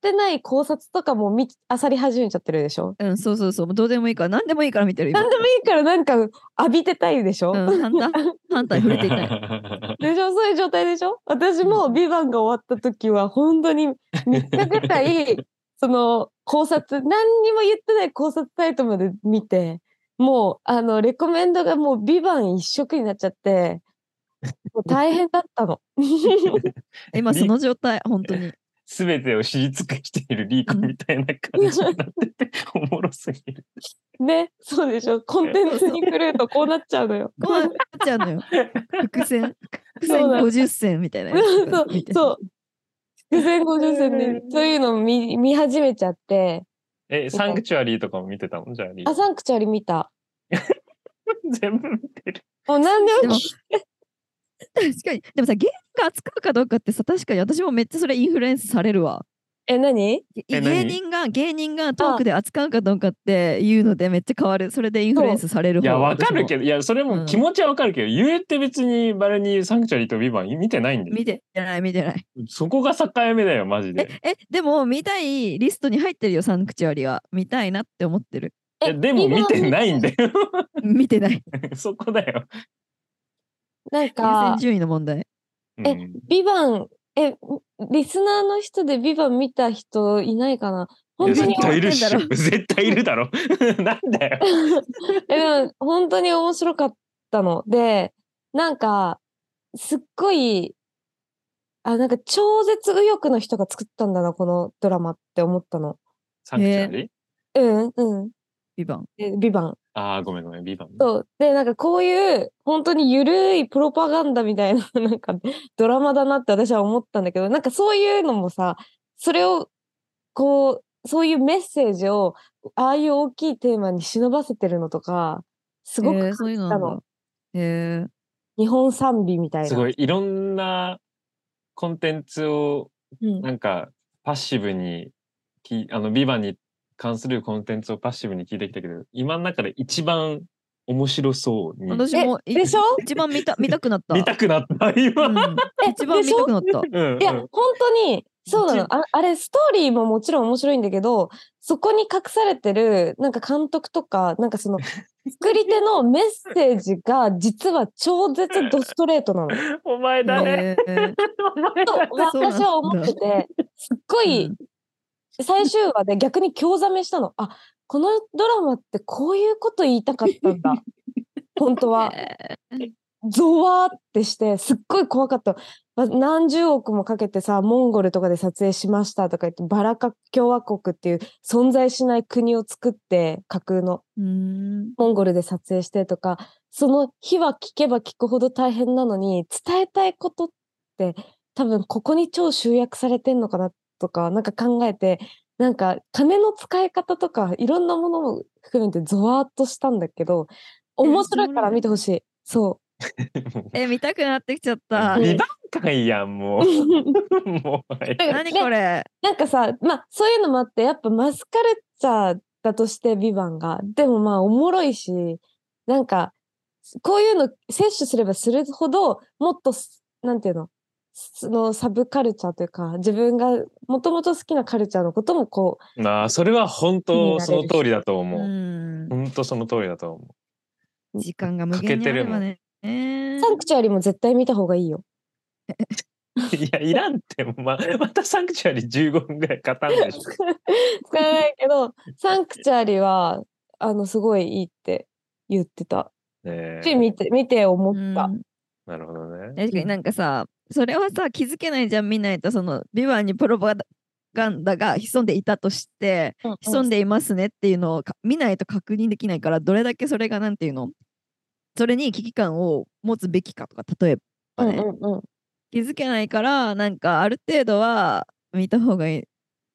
C: てない考察とかも見、あさり始めちゃってるでしょ
A: た。うん、そうそうそう。もうどうでもいいから、何でもいいから見て
C: *laughs*
A: る今。
C: なんでもいいからなんか浴びてたいでしょ、
A: うん、反対、反対触れていたい。
B: *laughs*
C: でしょそういう状態でしょ私もビバンが終わった時は、本当に3日ぐらい、
A: *laughs*
C: その考察、何にも言ってない考察サイトまで見て、もう、あの、レコメンドがもうビバン一色になっちゃって、もう大変だったの。
A: 今その状態、本当に。
B: すべてを知り尽くしているリーコみたいな感じになって *laughs* て、おもろすぎる。
C: ね、そうでしょ。コンテンツに狂うとこうなっちゃうのよ。
A: こうなっちゃうのよ。伏線、伏線
C: そうなの
A: 50銭みたいなやつと
C: そ
A: か
C: う
A: 見て。 *laughs*
C: そう。伏線50線で、そういうのを見見始めちゃって、
B: え、サンクチュアリーとかも見てたのじゃあリー
C: あ、サンクチュアリ見た。
B: 全部見てる。
C: もう何でも
A: でも確かに。でもさ、芸人が扱うかどうかってさ、確かに私もめっちゃそれインフルエンスされるわ。
C: え、何
A: い芸
B: え何
A: 人が芸人がトークで扱うかどうかっていうのでめっちゃ変わるそれでインフルエンスされる
B: い
A: 方
B: や、わかる
A: ど
B: けど、いや、それ
A: うん
B: も気持ちはわかるけど、ゆえって別にバルニー、サンクチャリーとビバン見てないんで、
A: 見てない見てない
B: そこが境目だよ、マジで。
A: えでも見たいリストに入ってるよサンクチュアリは見たいなって思ってる *laughs*
B: いやでも見てないんだよ。 *laughs*
A: 見てない
B: そこだよ。
C: なん
A: 優
C: か
A: 先、順位の問題
B: うん
C: えビバン、え、リスナーの人でビバン見た人いないかない本
B: や
C: 当に
B: 絶、対いるっしょ
A: 思っ。
B: 絶対いるだろ。 *laughs* なんだよ。
C: え、でも本当に面白かったので、なんか、すっごい、あ、なんか超絶右翼の人が作ったんだな、このドラマって思ったの。
B: サンクチャリー
C: うん、うん。
A: ビバン
C: えビバン。
B: ああ、ごめんごめん、ビバンね。
C: そう。で、なんかこういう、本当にゆるいプロパガンダみたいな、 *laughs* なんかドラマだなって私は思ったんだけど、なんかそういうのもさ、それを、こう、そういうメッセージを、ああいう大きいテーマに忍ばせてるのとか、すごく、
A: えーそういうのなん
C: あ
A: だ
C: の
A: えー
C: 日本賛美みたいな。
B: すごい、いろんなコンテンツを、
C: うん。
B: なんか、パッシブに、きあの、ビバンに関するコンテンツをパッシブに聞いてきたけど、今の中で一番面白そうに。
A: 私もい
C: でしょ
A: 一番
C: *laughs*
A: 見た見たくなった
B: 見たくなった、今。
A: う
B: うんん
C: え
A: 一番見たくな
C: *laughs*
A: った
B: うん
C: いや、本当に、そうな
B: 一
C: の。ああれ、ストーリーももちろん面白いんだけど、そこに隠されてる、なんか監督とか、なんかその、作り手のメッセージが、実は超絶ドストレートなの。
B: お前だね。
A: えー
B: お前
C: と
B: だ、
A: そうなんだ
C: 私は思ってて、すっごい、最終話で逆に興ざめしたの。あ、このドラマってこういうこと言いたかった
A: *laughs*
C: んだ。本当は。ゾワーってして、すっごい怖かった。ま何十億もかけてさ、モンゴルとかで撮影しましたとか言って、バラカ共和国っていう存在しない国を作って、架空の
A: うん
C: モンゴルで撮影してとか、その日は聞けば聞くほど大変なのに、伝えたいことって多分ここに超集約されてんのかなとか、なんか考えて、なんか金の使い方とかいろんなものも含めてゾワーっとしたんだけど、面白いから見てほしい。そ
A: え見たくなってきちゃった
B: 二段階やん、も
C: う。
B: う。もう
A: 何これ
C: なんかさ、まあそういうのもあって、やっぱマスカルチャーだとして、ビバンが。でもまあおもろいし、なんか、こういうの摂取すればするほど、もっとす、なんていうの、そのサブカルチャーというか、自分がもともと好きなカルチャーのこともこう、
B: なあ、それは本当その通りだと
A: う
B: 思う。
A: ん
B: 本当その通りだと思
A: 時間が無限にあればねえー
C: サンクチュアリも絶対見た方がいいよ。
B: う。いや、いらんって、ま、またサンクチュアリ15分ぐらい語んないし。
C: 使えないけど、 *laughs* サンクチュアリは、あの、すごいいいって言ってた。
B: ね
C: し、
B: え
C: 見て、見て思った。
A: うん
B: なるほどね。
A: 確かになんかさ、それはさ気づけないじゃん見ないとそのビバンにプロパガンダが潜んでいたとして
C: うんうん
A: 潜んでいますねっていうのをか見ないと確認できないからどれだけそれがなんていうのそれに危機感を持つべきかとか例えばね、
C: うんうんうん。
A: 気づけないからなんかある程度は見た方がいい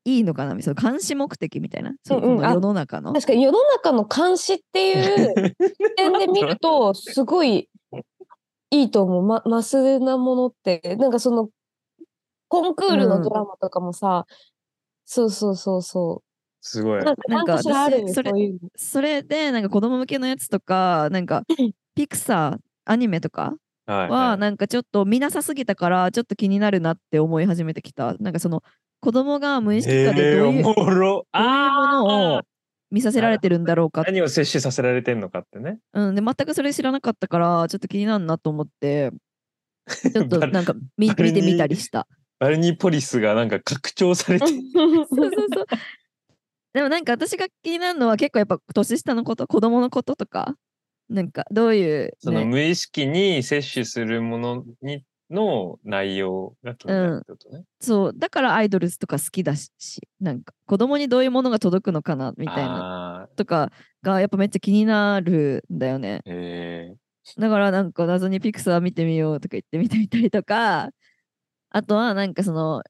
A: いいのかなその監視目的みたいなそ
C: うんうん
A: の
C: あ
A: 世の中の、
C: 確かに世の中の監視っていう視点で見ると、すごいいいと思う。ま、マスなものって。なんかその、コンクールのドラマとかもさ、そうそうそうそ。。
A: *laughs*
B: すごいう
C: なんか
A: なん
C: 何
A: か
C: かしらあるよ
A: 私
C: そ
A: それ
C: ういうの。
A: それでなんか子供向けのやつとかなんかピクサーアニメとか
B: はい
A: は
B: はい。
A: なんかちょっと見なさすぎたからちょっと気になるなって思い始めてきたなんかその子供が無意識化で
B: え
A: ど
B: ー、
A: う
B: お
A: いう,、
B: もろ。
A: ものを
B: ああ。
A: 見させられてるんだろうか、
B: 何を摂取させられてんのかってね。
A: うん、で全くそれ知らなかったからちょっと気になるなと思って
B: *laughs*
A: ちょっとなんか見
B: バル
A: 見てみたりした
B: バルニーポリスがなんか拡張されて
A: そうそうそうでもなんか私が気になるのは結構やっぱ年下のこと子供のこととかなんかどういう、
B: *laughs* その
A: ね、
B: 無意識に摂取するものにの内容が気になるってことね。
A: そうだからアイドルズとか好きだしなんか子供にどういうものが届くのかなみ
B: み
A: たいな
B: な。
A: とかがやっぱめっちゃ気になるんだよね。
B: え
A: だからなんか謎にピクサー見てみようとか言って見てみたりとか、あとはなんかその、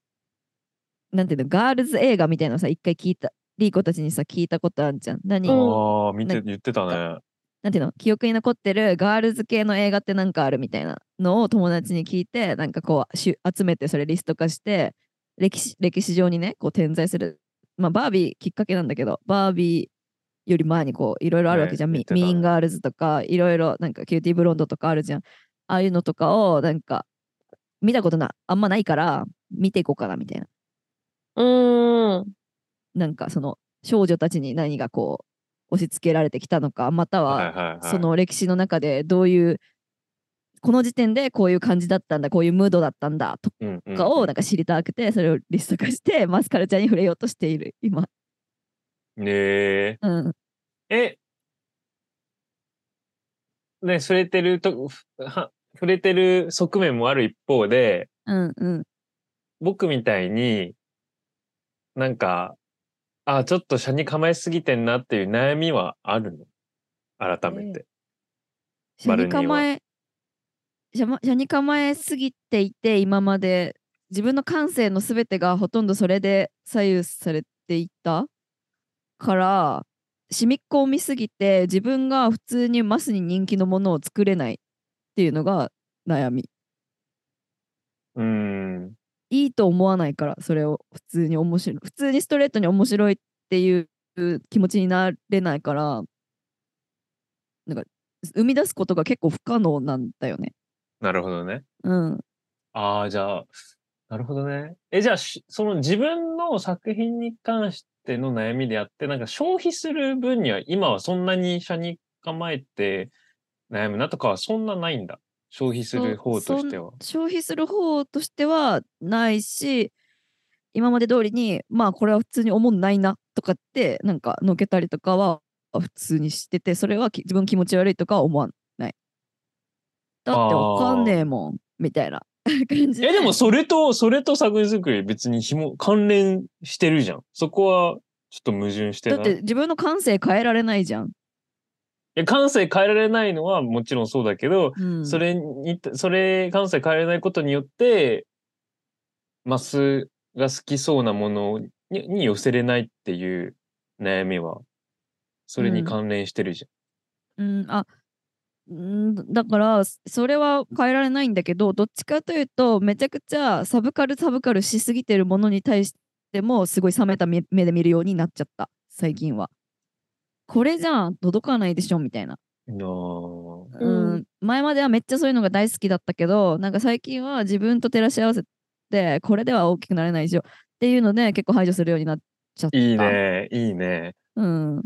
A: なんていうの、ガールズ映画みたいなのさ、一回聞いた、リーコたちにさ、聞いたことあるじゃん。何、
B: ー、ああ、見
A: な
B: て
A: ん
B: 言ってたね。
A: なんていうの、記憶に残ってるガールズ系の映画ってなんかあるみたいなのを友達に聞いて、なんかこう、しゅ集めてそれリスト化して、歴史歴史上にねこう点在する、まあ、バービーきっかけなんだけどバービーより前にこういろいろあるわけじゃん、
B: ね
A: ミ
B: 言ってた
A: ミ
B: ね
A: ーンガールズとかいろいろなんかキューティーブロンドとかあるじゃんああいうのとかをなんか見たことなあんまないから見ていこうかなみたいな
C: *laughs* うーん。
A: なんかその少女たちに何がこう押し付けられてきたのかまた
B: はい
A: は
B: はいはい。
A: その歴史の中でどういうこの時点でこういう感じだったんだこういうムードだったんだと
B: うんうん
A: かをなんか知りたくてそれをリスト化してマスカルちゃんに触れようとしている今、
B: ねえ。
A: うん、
B: え、ね、触れてると、ふは触れてる側面もある一方で、
A: うんうん
B: 僕みたいに、なんか、あ、ちょっと車に構えすぎてんなっていう悩みはあるの改めて。
A: 車
B: 丸
A: に
B: には
A: 構え車ま車に構えすぎていて今まで自分の感性のすべてがほとんどそれで左右されていたから隅っこを見すぎて自分が普通にマスに人気のものを作れないっていうのが悩み
B: うん。
A: いいと思わないからそれを普通に面白い普通にストレートに面白いっていう気持ちになれないからなんか生み出すことが結構不可能なんだよね。
B: なるほどね。
A: うん、
B: ああ、じゃあ、なるほどね。え、じゃあ、しその自分の作品に関しての悩みであって、なんか消費する分には今はそんなに車に構えて悩むなとかはそんなないんだ。消費する方としては。
A: 消費する方としてはないし今まで通りにまあこれは普通に思んないなとかってなんかのけたりとかは普通にしててそれはき自分気持ち悪いとかは思わない。だってわかんねえもんみたいな感じで。
B: え、でもそれと、それと作品作り別に紐、関連してるじゃん。そこはちょっと矛盾して
A: だ
B: ない。
A: って自分の感性変えられないじゃん。
B: いや感性変えられないのはもちろんそうだけど、
A: うん
B: それに、それ、感性変えられないことによって、マスが好きそうなものにに寄せれないっていう悩みは、それに関連してるじ
A: うん、あうんだからそそれは変えられないんだけどどっちかというとめちゃくちゃサブカルサブカルしすぎてるものに対してもすごい冷めた目目で見るようになっちゃった最近は。これじゃ届かないでしょみたいな。
B: ゃん。あ
A: うん
C: う
A: 前まではめっちゃそういうのが大好きだったけどなんか最近は自分と照らし合わせてこれでは大きくなれないでしょっていうので結構排除するようになっちゃった。
B: ーいい。ね、いいね。
A: うん、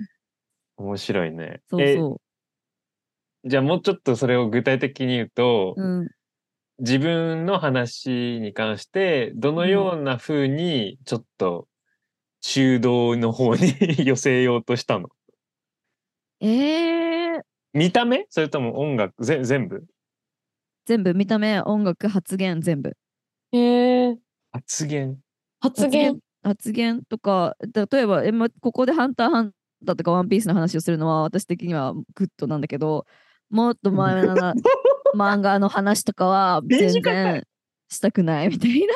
B: 面白いね。
A: そうそ
B: えじゃあもうちょっとそれを具体的に言うと、
A: う。うん
B: 自分の話に関して、どのような風にちょっと中道の方に *laughs* 寄せようとしたの
A: えー、
B: 見た目それとも音楽ぜ全部
A: 全部見た目音楽発言全部
C: へえ。
B: 発言
C: 発言。
A: 発言とか例えばえ、ま、ここで「ハンターハンター」とか「ワンピースの話をするのは私的にはグッドなんだけどもっと前の
C: *laughs*
A: な漫画の話とかは全
B: 短か
A: 然したくないみたいな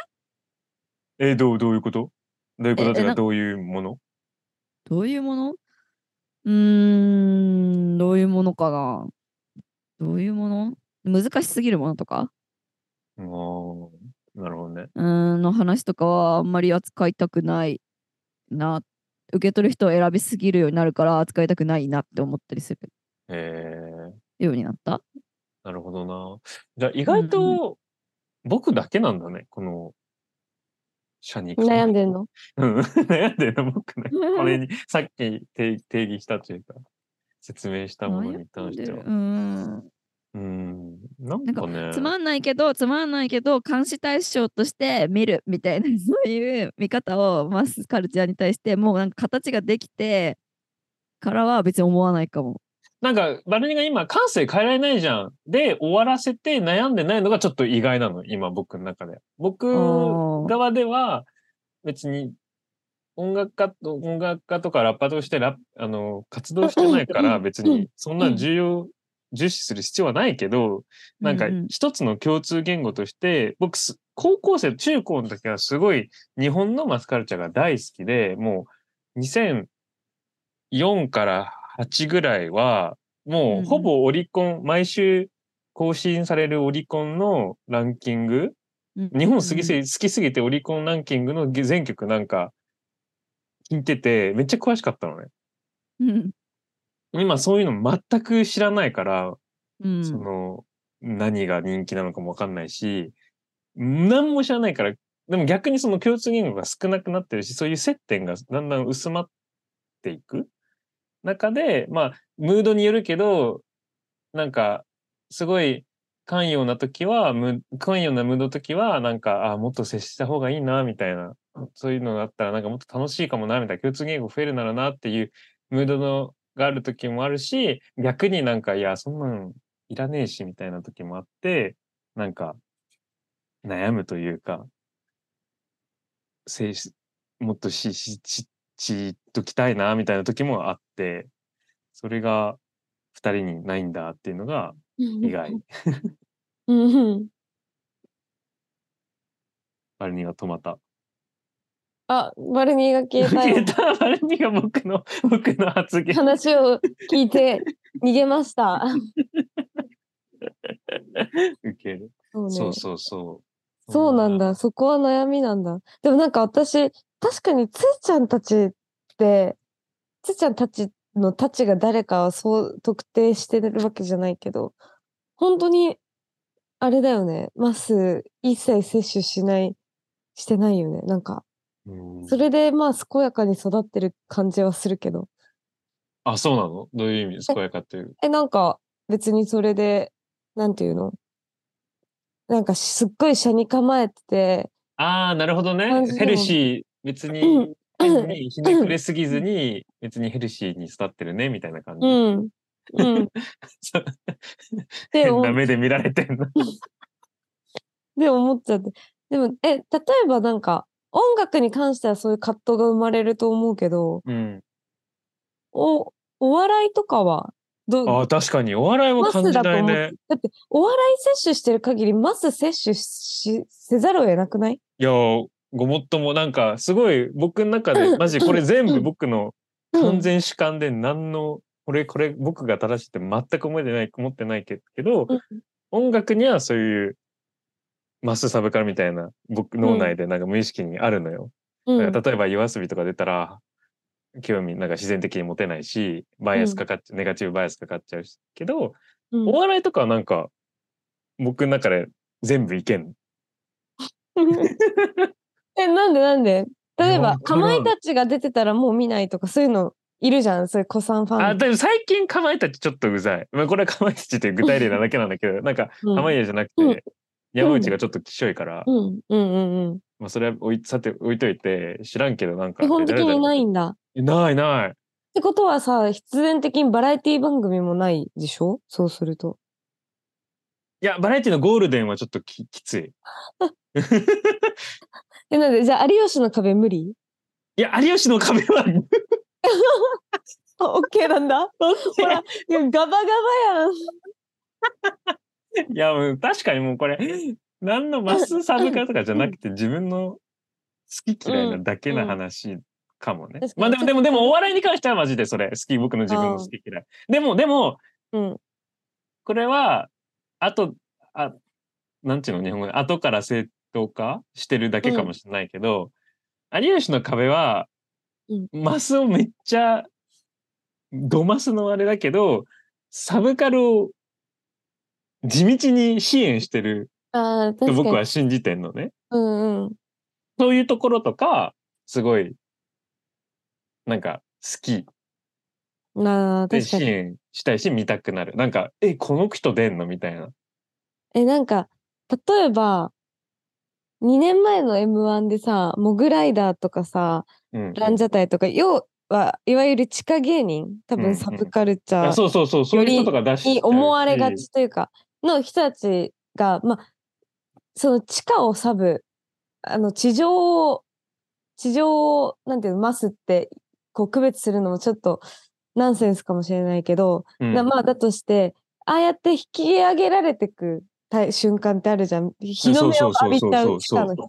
B: え、どう、どういうことどういうこと
A: え
B: と
A: えな
B: か、
A: ん
B: どういうもの
A: どういうものうーんどういうものかなどういうもの難しすぎるものとか
B: あーなるほどね。
A: うーんの話とかはあんまり扱いたくないな受け取る人を選びすぎるようになるから扱いたくないなって思ったりする
B: え
A: ようになった
B: ー、なるほどな。じゃあ、意外と、僕だけなんだね、この、社に。
C: 悩んでんの
B: うん、 *laughs* 悩んでるの僕ね。 *laughs* これに、さっき定定義したというか、説明したものに関して
A: 悩んでる。
B: は
A: うーん
B: うん、なんかね。
A: つまんないけどつまんないけど監視対象として見るみたいなそういう見方をマスカルチャーに対してもうなんか形ができてからは別に思わないかも
B: なんか、バルニが今、感性変えられないじゃん。で、終わらせて悩んでないのがちょっと意外なの、今、僕の中で。僕
A: おー
B: 側では、別に、音楽家と、音楽家とかラッパーとしてラッ、あの、活動してないか
C: うんうん
B: ら、
C: うん
B: 別に、そんな重要、重視する必要はないけど、なんか
A: ううん、
B: 一つの共通言語として、僕す、高校生、中高の時はすごい日本のマスカルチャーが大好きで、もう2004から8ぐらいは、
A: うんう
B: も
A: ん
B: うほぼオリコン、毎週更新されるオリコンのランキング日本好きすぎ好きすぎてオリコンランキングの全曲なんか聞いててめっちゃ詳しかったのね。
A: うん
B: 今そういうの全く知らないから、
A: うん
B: その何が人気なのかもわかんないし何も知らないからでも逆にその共通言語が少なくなってるしそういう接点がだんだん薄まっていく中でまあムードによるけどなんかすごい寛容な時はむ寛容なムードの時はなんかあもっと接した方がいいなみたいなそういうのがあったらなんかもっと楽しいかもなみたいな共通言語増えるならなっていうムードのがある時もあるし逆になんかいやそんなんいらねえしみたいな時もあってなんか悩むというかせいしもっとししし知っときたいなみたいな時もあってそれが2人にないんだっていうのが意外。
C: うん
B: バルニーが止まった。
C: あ、バルニーが消
B: 消え
C: え
B: た *laughs* バルニーが僕の *laughs* 僕の発
C: た
B: 言。
C: 話を聞いて逃げました。
B: 受ける。
C: そうね
B: そうそうそう。
C: そうなんだ。。そこは悩みなんだ。でもなんか私、確かにつーちゃんたちって、つーちゃんたちのたちが誰かはそう特定してるわけじゃないけど、本当に、あれだよね。マス、一切摂取しない、してないよね。なんか、
B: うん
C: それでまあ健やかに育ってる感じはするけど。
B: あ、そうなのどういう意味健やかっていう。
C: え、なんか別にそれで、なんていうのなんかすっごい車に構えてて、
B: ああ、なるほどね
C: 感。じでも
B: ヘルシー、別に、変にひねくれすぎずに、別にヘルシーに育ってるね、みたいな感じ
C: う。ん。 *laughs* うん。っ
B: そう
C: て
B: *laughs* 変
C: 思
B: な目で見られて
C: *laughs*
B: んの。
C: で思っちゃって。でも、え、例えばなんか、音楽に関してはそういう葛藤が生まれると思うけど、
B: うん。
C: お、お笑いとかは、
B: あ
C: ど
B: あ、確かに、お笑いは
C: マ
B: 感
C: ス
B: じ
C: だと
B: な
C: 思。
B: いうね。
C: だって、お笑い摂取してる限り、マス摂取し、せざるを得なくない
B: いやー、ごもっとも、なんか、すごい、僕の中で、マジ、これ全部僕の完全主観で、何の、これ、これ、僕が正しいって全く思えてない、思ってないけど
C: うん、
B: 音楽にはそういう、マスサブカルみたいな、僕、脳内で、なんか無意識にあるのよ。
C: うん。
B: だから例えば夜遊びとか出たら興味なんか自然的に持てないしバイアスかかっちゃう、ネガティブバイアスかかっちゃうしけど、
C: うん
B: お笑いとかはなんか僕の中で全部いけん
C: *laughs* え、なんでなんで例え
B: いや
C: ば、
B: わ
C: か
B: からん
C: まいたちが出てたらもう見ないとか、そういうのいるじゃん、そういう子さんファン。
B: あでも最近かまいたちちょっとうざい、まあ、これはかまいたちっていう具体例なだけなんだけどなんか
C: うん
B: 濱家じゃなく
C: うん
B: て山内がちょっときしょいから、
C: うん、うん、うん、うん。
B: まあ、それは置いさて置いといて知らんけどなんか
C: 基本的にないいんだ。っ
B: ないない
C: てことはさ、必然的にバラエティ番組もないでしょそうすると。
B: いやバラエティのゴールデンはちょっとききつい
C: え、なんで、じゃあ、有吉の壁無理
B: いや有吉の壁は
C: *laughs* あ、オッケーなんだ。ほら、いや、ガバガバやん。
B: いや、もう確かにもうこれ、何のマスサブカルとかじゃなくて、自分の好き嫌いなだけな話かもね。
C: 確かに
B: まあでも、でも、でも、お笑いに関してはマジでそれ、好き、僕の自分の
C: あー
B: 好き嫌い。でも、でも、
C: うん。
B: これは、あと、あ、なんていうの、日本語で、後から正当化してるだけかもしれないけど、有吉の壁は、
C: うん
B: マスをめっちゃ、ドマスのあれだけど、サブカルを地道に支援してる
C: ああ、確か
B: と
C: に。
B: 僕は信じてんのね。
C: うんうん。
B: そういうところとか、すごい、なんか、好き
C: なあ、
B: で
C: 確か
B: 支
C: に。
B: 援したいし、見たくなる。なんか、え、この人出んのみたいな。
C: え、なんか、例えば、2年前の M1 でさ、モグライダーとかさ、
B: うん。
C: ランジャタイとか、要は、いわゆる地下芸人、多
B: うんう
C: 分
B: ん
C: サブカルチ
B: い
C: ャ
B: や
C: ー
B: そうそうそう、そういう人とか出してるし。
C: に思われがちというか、の人たちが、まあ、その地下をサブ、あの、地上を、地上を、なんていうの、マスって、こう、区別するのもちょっと、ナンセンスかもしれないけど、
B: うん。
C: なまあだとしてああやって引き上げられてくたい瞬間ってあるじゃん日の目を浴びちゃ
B: そううそうそうそう
C: 下の人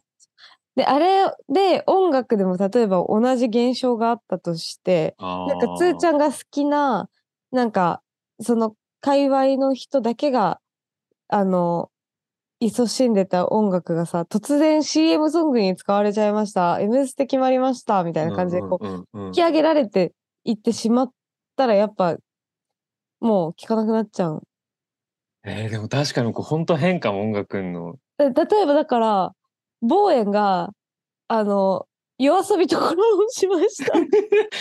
C: であれで音楽でも例えば同じ現象があったとして
B: な
C: なんかつーちゃ
B: ん
C: んが好きななんかその界隈の人だけがあの勤しんでた音楽がさ突然 CM ソングに使われちゃいました「M ステ」決まりましたみたいな感じでこう
B: うんうんうん
C: 引き上げられていってしまったらやっぱもう聴かなくなっちゃう
B: えーでも確かにこう本当変かも音楽の。
C: だ例えばだから望遠があの夜遊びとコラボしました
B: い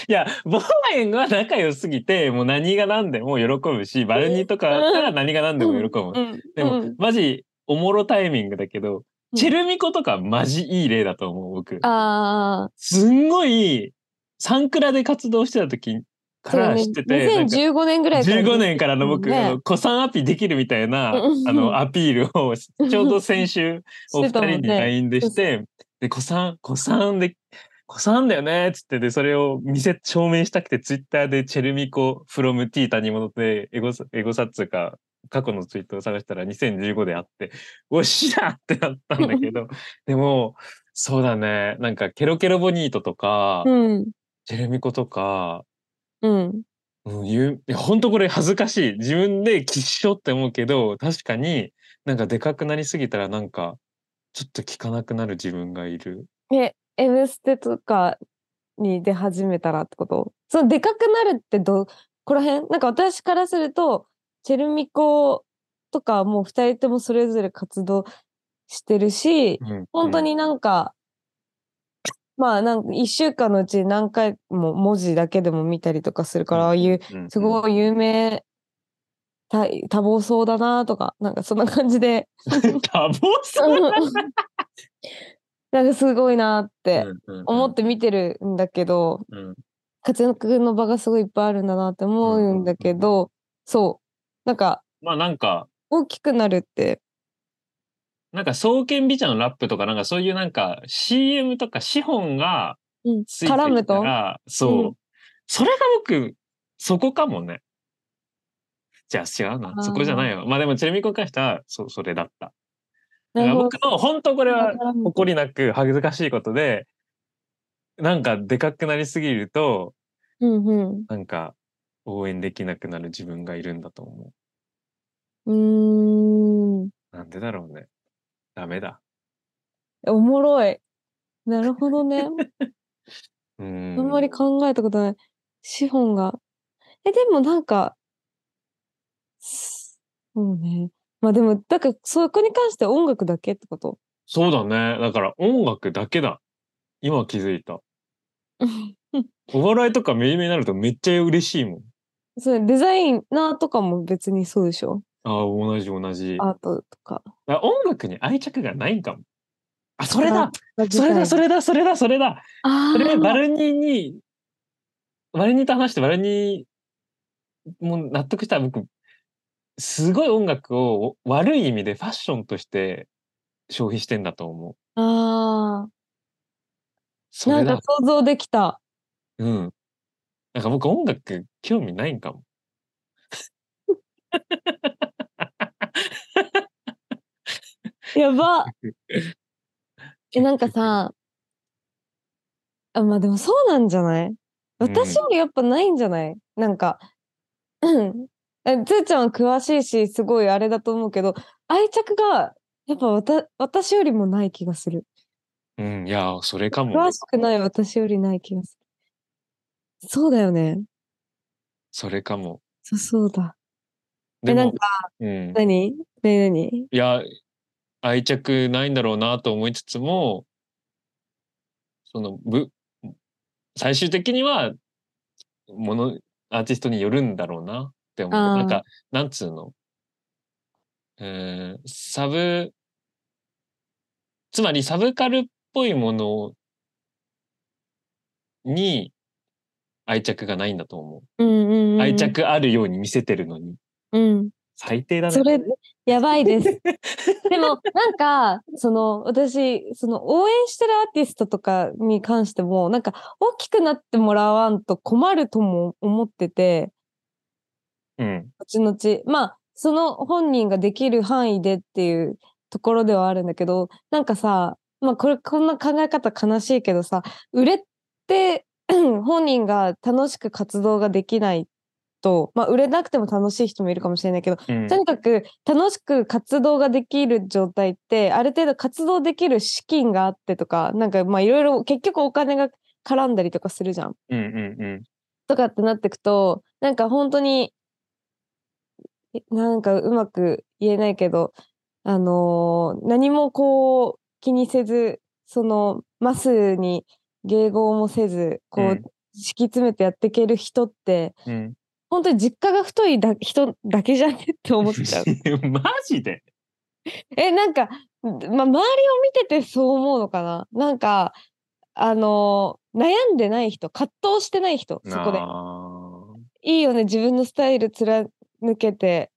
B: やボーエンは仲良すぎてもう何が何でも喜ぶしバルニーとかから何が何でも喜ぶ。
C: うん
B: *laughs* でも、
C: うん
B: マジおもろタイミングだけど、
C: うん
B: チェルミコとかマジいい例だと思う僕。
C: ああ
B: すんごいサンクラで活動してた時から知ってて、なんか
C: 2015年ぐらいから
B: 15年からの僕、
C: ね
B: あの子さんアピできるみたいな、
C: うん
B: あのアピールをちょうど先週お二
C: してたも
B: 人
C: んね
B: に LINE でして、で子さん子さんで子さんだよねっつってでそれを見せ証明したくてツイッターでチェルミコ from ティータに戻ってエゴサエゴサっつうか過去のツイートを探したら2015であっておっしゃってなったんだけ
C: *laughs*
B: どでもそうだねなんかケロケロボニートとか、
C: うん
B: チェルミコとか
C: うん
B: うん、ゆいや本当これ恥ずかしい自分できっしょって思うけど確かになんかでかくなりすぎたらなんかちょっと聞かなくなる自分がいる
C: え、M ステとかに出始めたらってことそのでかくなるってどこら辺なんか私からすると、チェルミコとかもう二人ともそれぞれ活動してるし、
B: うん
C: 本当になんか、まあなんか一週間のうちに何回も文字だけでも見たりとかするから、ああいうすご
B: い
C: い有名、た多忙そうだなとか、なんかそんな感じで、
B: *laughs* 多忙さ
C: *laughs* なんかすごいなって思ってて見てるんだけど、活躍の場がすごいいっぱいあるんだなって思うんだけど、そうなんか
B: まあなんか
C: 大きくなるって
B: なんか双剣美茶のラップとかなんかそういうなんか CM とか資本がついて
C: 絡む
B: きた
C: と
B: らそう、
C: うん
B: それが僕そこかもねじゃあ違うなそこじゃないよまあでもチェルミコに関してはそそれだっただから僕の本当これは
C: 絡む
B: 誇りなく恥ずかしいことでなんかでかくなりすぎると
C: うん
B: なんか応援できなくなる自分がいるんだと思
C: うんうーん
B: う。なんでだろうね。ダメだ。
C: おもろいなるほど
B: *laughs*
C: ね
B: う
C: あ
B: ん。
C: んまり考えたことない資本がえでもなんかそうねまあでもだからそこに関して音楽だけってこと
B: そうだね。だから音楽だけだ。今気づいた。お笑いとかめいめいになるとめっちゃ嬉しいもん。
C: *laughs* それデザイナーとかも別にそうでしょ
B: ああ、同じ同じ。
C: アートとか
B: あ音楽に愛着がないんかも。あ、それだそれだそ
C: れ
B: れだそれだそれだ
C: あ
B: それ
C: ー
B: バルニーに、バルニーと話してバルニーも納得したら僕、すごい音楽を悪い意味でファッションとして消費してんだと思う。
C: ああ、
B: そ
C: な
B: れ
C: ん
B: だ
C: か。想像できた。
B: うん。なんか僕音楽興味ないんかも。
C: やば。え、なんかさ、あ、まあでもそうなんじゃない私よりやっぱないんじゃない、なんか、うんえつーちゃんは詳しいし、すごいあれだと思うけど、愛着が、やっぱわた私よりもない気がする。
B: うん、いや、それかも
C: 詳。しくない私よりない気がする。そうだよね。
B: それかも。
C: そうそうだ。
B: で
C: え、なん
B: も、
C: か、
B: うん。
C: 何ね何
B: いや、愛着ないんだろうなと思いつつも、その、ぶ、最終的には、もの、アーティストによるんだろうなって思
C: あ
B: う。
C: ー
B: なんか、なんつうの。えーサブ、つまりサブカルっぽいものに愛着がないんだと思
C: うんうん、う
B: う。
C: ん。
B: 愛。着あるように見せてるのに。
C: うん。
B: 最低だね。
C: それ、やばい
B: *laughs*
C: です。でも、なんか、その、私、その、応援してるアーティストとかに関しても、なんか、大きくなってもらわんと困るとも思ってて、
B: うん。
C: 後々。まあ、その本人ができる範囲でっていうところではあるんだけど、なんかさ、まあ、これ、こんな考え方悲しいけ *clears throat* どさ、売れって、本人が楽しく活動ができないと、まあ、売れなくても楽しい人もいるかもしれないけど、
B: うん
C: とにかく楽しく活動ができる状態ってある程度活動できる資金があってとかなんかまあいろいろ結局お金が絡んだりとかするじゃん。
B: うんうんうん
C: とかってなってくとなんか本当にえなんかうまく言えないけどあのー何もこう気にせずそのマスに迎合もせずこう、
B: うん
C: 敷き詰めてやっていける人って
B: うん
C: 本当に実家が太いだ人だけじゃねって思っち
B: *laughs*
C: ゃう。
B: マジで
C: え、なんか、ま、周りを見ててそう思うのかななんか、あのー悩んでない人、葛藤してない人、そこで。
B: で
C: いいよね、自分のスタイル貫けて、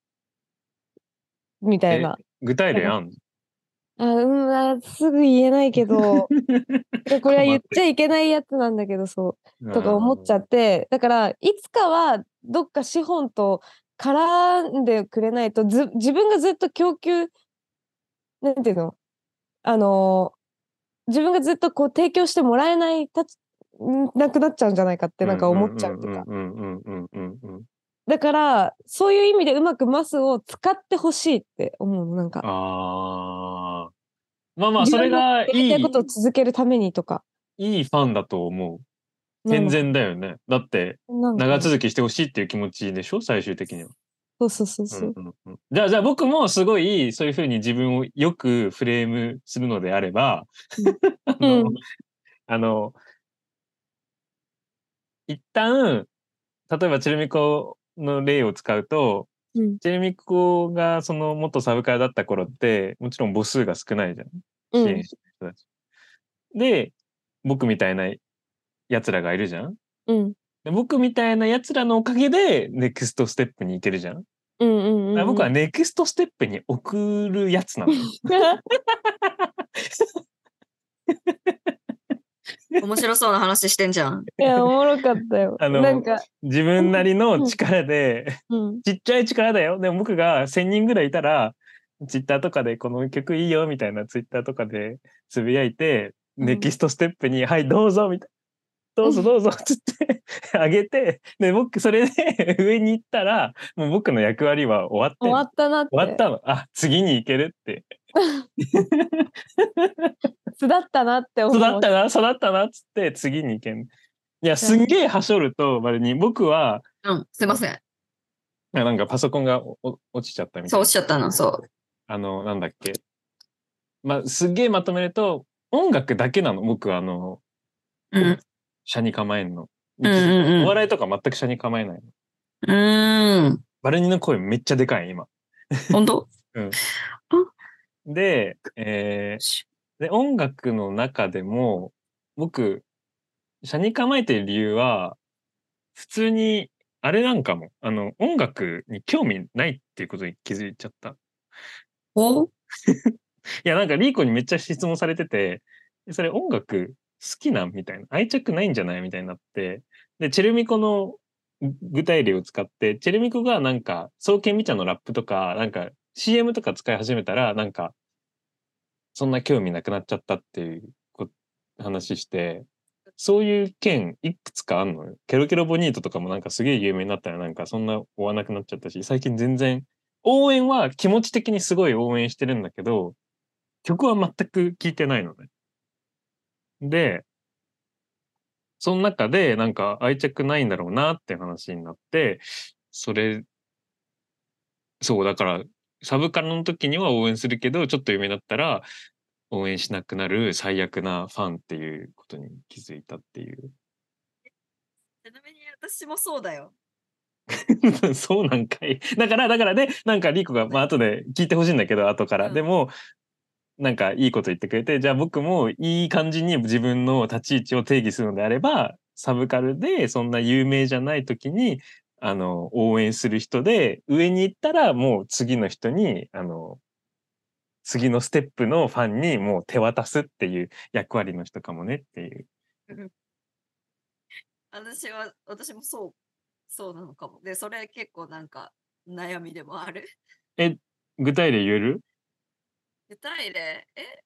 C: みたいな。
B: 具体例あんの
C: あ、うん、あすぐ言えないけ
B: *laughs*
C: ど、でこれは言っちゃいけないやつなんだけど、そう。 *laughs* とか思っちゃ
B: う
C: ってだからいつかはどっか資本と絡んでくれないとず自分がずっと供給なんていうのあの自分がずっとこう提供してもらえないたちんなくなっちゃうんじゃないかってなんか思っちゃうとか
B: うんうんうんうんうんうん
C: だからそういう意味でうまくマスを使ってほしいって思うのなんか
B: ああまあまあ
C: 自
B: それ
C: 分
B: が
C: や
B: い
C: り
B: い
C: たいことを続けるためにとか
B: いいファンだと思う
C: なん
B: 健
C: か
B: 全だよねだって
C: なんか
B: 長続きしてほしいっていう気持ちでしょ最終的には
C: そうそうそうそう、
B: うんうんうんじゃあ、じゃあ僕もすごいそういうふうに自分をよくフレームするのであれば、 *laughs* あの、
C: うん
B: あの一旦、例えばチェルミコの例を使うと、
C: うん
B: チェルミコがその元サブカルだった頃って、もちろん母数が少ないじゃん。
C: う
B: 支
C: ん
B: 援してる人たち。で、僕みたいな奴らがいるじゃん。
C: うん
B: で僕みたいな奴らのおかげで、ネクストステップに行けるじゃん。
C: うんうんうん
B: だから僕はネクストステップに送るやつなのよ。
D: 面白そうな話してんじゃん。
C: *laughs* いや、おもろかったよ。
B: あの
C: なんか、
B: 自分なりの力で、
C: うん、
B: *laughs* ちっちゃい力だよ。でも僕が1000人ぐらいいたら、ツイッターとかでこの曲いいよみたいなツイッターとかでつぶやいて、
C: うん
B: ネクストステップに、はい、どうぞみたいな。どうぞどうぞっつってあげて、で、僕それで *laughs* 上に行ったら、もう僕の役割は終わって
C: 終わ
B: る。
C: ったなって。
B: 終わったの。あ、次に行けるって。
C: 巣だったなって思う。
B: 育ったな、育ったなっつって次に行けん。いや、すんげえはしょると、まれに僕は、
D: うん、すいません。
B: あなんかパソコンがおお落ちちゃったみた
D: そ、
B: いうな。
D: 落ちちゃったの、そう。
B: あの、なんだっけ。まあ、すっげえまとめると、音楽だけなの、僕は、あの、
D: うん。
B: 社に構えんの。
D: うんうんうん
B: お笑いとか全く社に構えないの。
D: うーん。
B: バルニの声めっちゃでかい、今。
D: 本当
B: で、えーで、音楽の中でも、僕、社に構えてる理由は、普通に、あれなんかも、あの、音楽に興味ないっていうことに気づいちゃった。
D: お
B: いや、なんかリーコにめっちゃ質問されてて、それ音楽好きなんみたいな。愛着ないんじゃないみたいになって。で、チェルミコのぐ具体例を使って、チェルミコがなんか、双剣みちゃんのラップとか、なんか CM とか使い始めたら、なんか、そんな興味なくなっちゃったっていうこ話して、そういう件いくつかあんのよ。ケロケロボニートとかもなんかすげえ有名になったらなんかそんな追わなくなっちゃったし、最近全然、応援は気持ち的にすごい応援してるんだけど、曲は全く聴いてないのね。で、その中でなんか愛着ないんだろうなって話になって、それ、そう、だから、サブカルの時には応援するけど、ちょっと有名だったら応援しなくなる最悪なファンっていうことに気づいたっていう。
D: ちなみに私もそうだよ。
B: *laughs* そうなんかい。だから、だからね、なんかリーコが、まあ後で聞いてほしいんだけど、後から。
D: うん
B: でも、なんかいいこと言ってくれて、じゃあ僕もいい感じに自分の立ち位置を定義するのであれば、サブカルでそんな有名じゃない時に、あの、応援する人で、上に行ったらもう次の人に、あの、次のステップのファンにもう手渡すっていう役割の人かもねっていう。
D: 私は、私もそう、そうなのかも。で、それ結構なんか悩みでもある。 *laughs*
B: 具体例言える
D: 具体例、え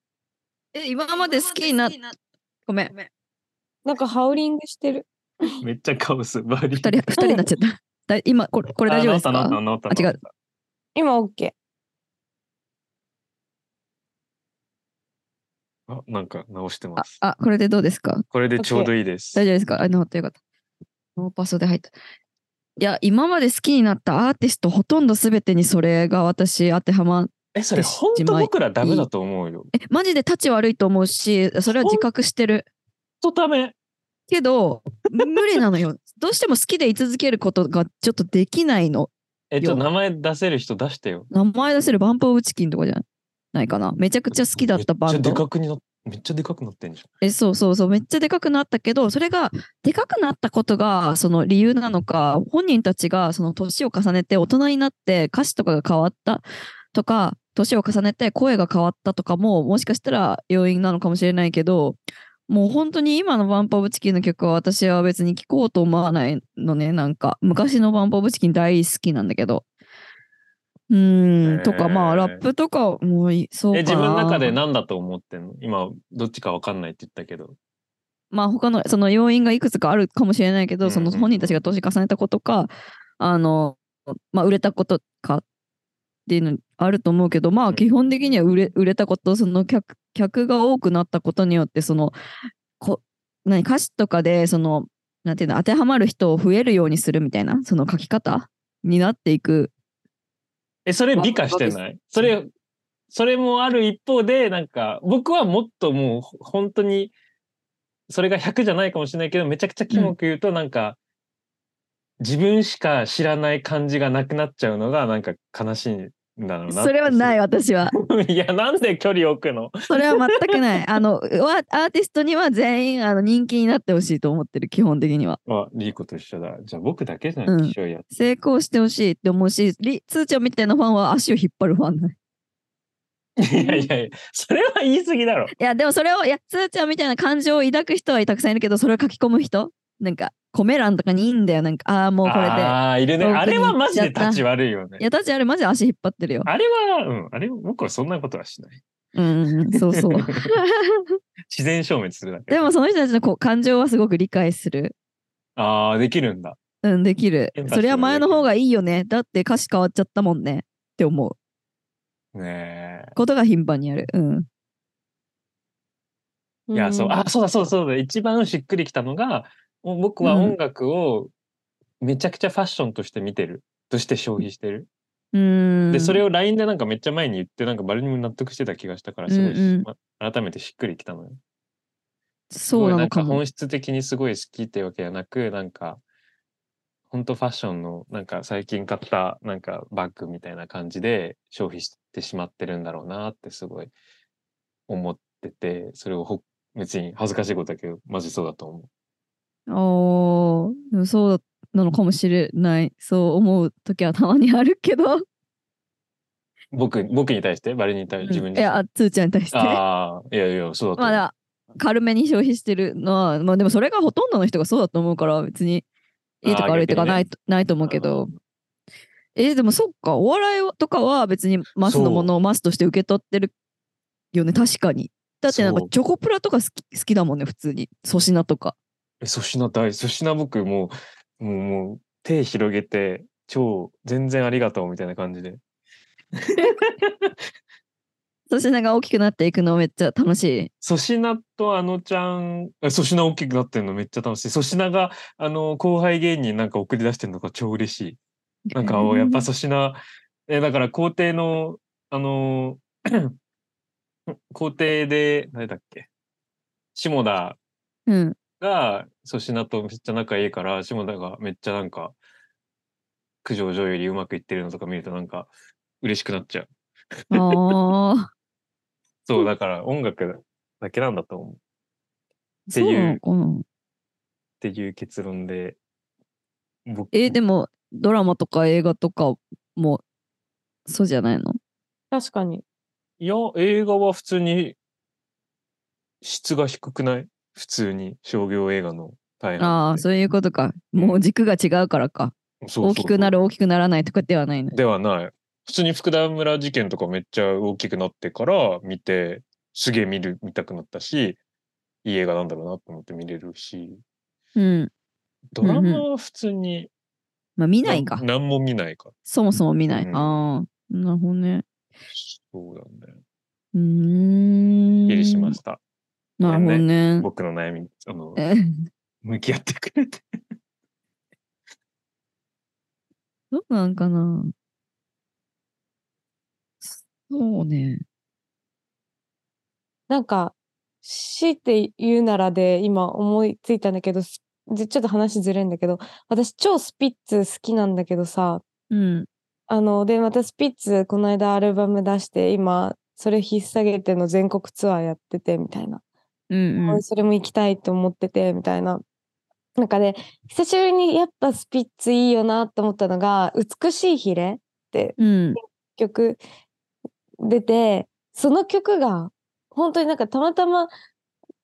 A: え、今まで好きになっ
D: 今まで
A: ごめん
D: 好きになご。めん。
C: なんかハウリングしてる。
B: めっちゃカオス。バーリー
A: 二人、二人になっちゃった。だ今これ、こ
B: こ
A: れ大丈夫です
B: 治っ
A: か
B: た治った
A: あ
B: 治った
A: 違う
B: 治った
E: 今 OK。
B: あなんか直してま
A: あ
B: す。
A: あ、これでどうですか
B: これでちょうどいいです。
A: 大丈夫ですかあ、治ったよかった。ノーパソで入った。いや、今まで好きになったアーティスト、ほとんど全てにそれが私当てはま
B: え、それ
A: です
B: 本
A: 自
B: 当
A: 前
B: 僕らダメだと思うよ。
A: え、マジで立ち悪いと思うし、それは自覚してる。
B: 本当ダメ。
A: けど、無理なのよ。どうしても好きでい続けることがちょっとできないの。
B: えっと、
A: よ
B: 名前出せる人出してよ。
A: 名前出せるバンプオブチキンとかじゃないかな。めちゃくちゃ好きだったバ
B: めっ
A: ン
B: ちゃ
A: ド
B: で。かくになっめっちゃでかくなってんじ
A: えそうそうそうめっちゃでかくなったけどそれがでかくなったことがその理由なのか本人たちがその年を重ねて大人になって歌詞とかが変わったとか年を重ねて声が変わったとかももしかしたら要因なのかもしれないけどもう本当に今のバンポブチキンの曲は私は別に聴こうと思わないのねなんか昔のバンポブチキン大好きなんだけどうーん、と
B: へ
A: か
B: ー
A: まあラップとかもういそう
B: ゃ。
A: んかな
B: え、自分の中で何だと思ってんの今、どっちかわかんないって言ったけど。
A: まあ他のその要因がいくつかあるかもしれないけど、
B: うんうん
A: その本人たちが年重ねたことかあの、まあ、売れたことかっていうのあると思うけどま
B: う
A: あ
B: ん
A: 基本的には売れ売れたことその客客が多くなったことによってそのこ何歌詞とかでそのなんていうの当てはまる人を増えるようにするみたいなその書き方になっていく
B: え、それ美化してないそれ、それもある一方で、なんか、僕はもっともう、ほ本当に、それが100じゃないかもしれないけど、めちゃくちゃキモく言うと、なんか、自分しか知らない感じがなくなっちゃうのが、なんか悲しいんだろうな。
A: それはない
B: わ。
A: 私は
B: *laughs* いや、なんで距離置くの
A: それは全くないあのわアーティストには全員あの人気になってほしいと思ってる基本的には。
B: あ、リーコと一緒だ。じゃあ僕だけじゃ
A: うん
B: ん、気象や。
A: 成功してほしいって思うし、りつーちゃんみたいなファンは足を引っ張るファン *laughs* ない。
B: いやいやいや、それは言い過ぎだろ。
A: いや、でもそれを、いや、つーちゃんみたいな感情を抱く人はたくさんいるけど、それを書き込む人なんか、コメ欄とかにいいんだよ。なんか、ああ、もうこれで。
B: ああ、いるね。
A: 遠くに
B: あれはマジで立ち悪いよ
A: い
B: ね。
A: や、たちあれマジで足引っ張ってるよ。
B: あれは、うん、あれ、僕はそんなことはしない。
A: *laughs* うんうんうん、そうそう。
B: 自然消滅するだ
A: *laughs*
B: け。
A: でもその人たちのこう感情はすごく理解する。
B: ああ、できるんだ。
A: うん、できる
B: エン。パシー
A: それは前の方がいいよね。だって歌詞変わっちゃったもんね。って思う。
B: ね
A: ことが頻繁にある。うん。
B: え。いや、そう、あ、そうだ、そうだ、そうだ。一番しっくりきたのが、お僕は音楽をめちゃくちゃファッションとして見てる。として消費してる。
A: うーん。
B: で、それ
A: を。
B: を LINE でなんかめっちゃ前に言って、なんか誰にも納得してた気がしたから、すごいし、
A: うんうん
B: ま改めてしっくりきたのよ。
A: そうなのか
B: すごいん
A: も。
B: 本質的にすごい好きってわけじゃなく、なんか、ほんとファッションの、なんか最近買った、なんかバッグみたいな感じで消費してしまってるんだろうなってすごい思ってて、それをほ別に恥ずかしいことだけど、マジそうだと思う。
A: ああ、でもそうなのかもしれない。そう思う時はたまにあるけど。
B: 僕、僕に対して、バレに対して、自分
A: い
B: に対して。
A: や、あつーちゃんに対して。ま
B: ああ、いやいや、そうだと
A: あ
B: 思
A: だか
B: う。
A: ら、軽めに消費してるのは、まあでもそれがほとんどの人がそうだと思うから、別にいいと
B: あー
A: か悪いとか
B: 逆にね
A: ないと,、ないと思うけど。えーでもそっか、お笑いとかは別にマスのものをマスとして受け取ってるよね、確かに。だってなんか
B: そう
A: チョコプラとか好き好きだもんね、普通に。粗品とか。
B: え、粗品大、粗品僕もう、もう、もう手広げて、超、全然ありがとうみたいな感じで。
A: 粗品が大きくなっていくのめっちゃ楽しい。
B: 粗品とあのちゃん、え粗品大きくなってんのめっちゃ楽しい。粗品が、あの、後輩芸人なんか送り出してんのが超嬉しい。なんか、おやっぱ粗品、え、だから校庭の、あの、 *clears throat* 校庭で、誰だっけ下田
A: うん。
B: が粗品とめっちゃ仲いいから下田がめっちゃなんか九条城よりうまくいってるのとか見るとなんか嬉しくなっちゃう
A: あ
B: *laughs*
A: あ。
B: そうだから音楽だけなんだと思うっっ
A: そ
B: て
A: う
B: いう
A: なのかな
B: ていう結論で僕
A: えーでもドラマとか映画とかもそうじゃないの
E: 確かに。
B: いや映画は普通に質が低くない普通に商業映画の大半
A: ああそういうことかもう軸が違うからか
B: そうそう
A: 大きくなる大きくならないとかではないの
B: ではない普通に福田村事件とかめっちゃ大きくなってから見てすげえ見る見たくなったしいい映画なんだろうなと思って見れるし
A: うん
B: ドラ
A: うんうん
B: マは普通に
A: まあ見ないか。
B: 何も見ないから。
A: そもそも見ない。
B: うん
A: ああ、なるほどね。
B: そうだね。
A: うーん。
B: びっくりしました。
A: なるほどね。
B: 僕の悩みに、あの、
A: え *laughs*
B: 向き合ってくれて。
A: どうなんかなそうね。
C: なんか、強いて言うならで今思いついたんだけど、すでちょっと話ずれんだけど、私超スピッツ好きなんだけどさ、
A: うん。
C: あの、で、またスピッツこの間アルバム出して、今、それ引っ提げての全国ツアーやっててみたいな。
A: うんうん
C: 俺。それも行きたいと思っててみたいな。なんかね、久しぶりにやっぱスピッツいいよなと思ったのが、美しいヒレ
A: うん。
C: 曲出て、その曲が、本当になんかたまたま、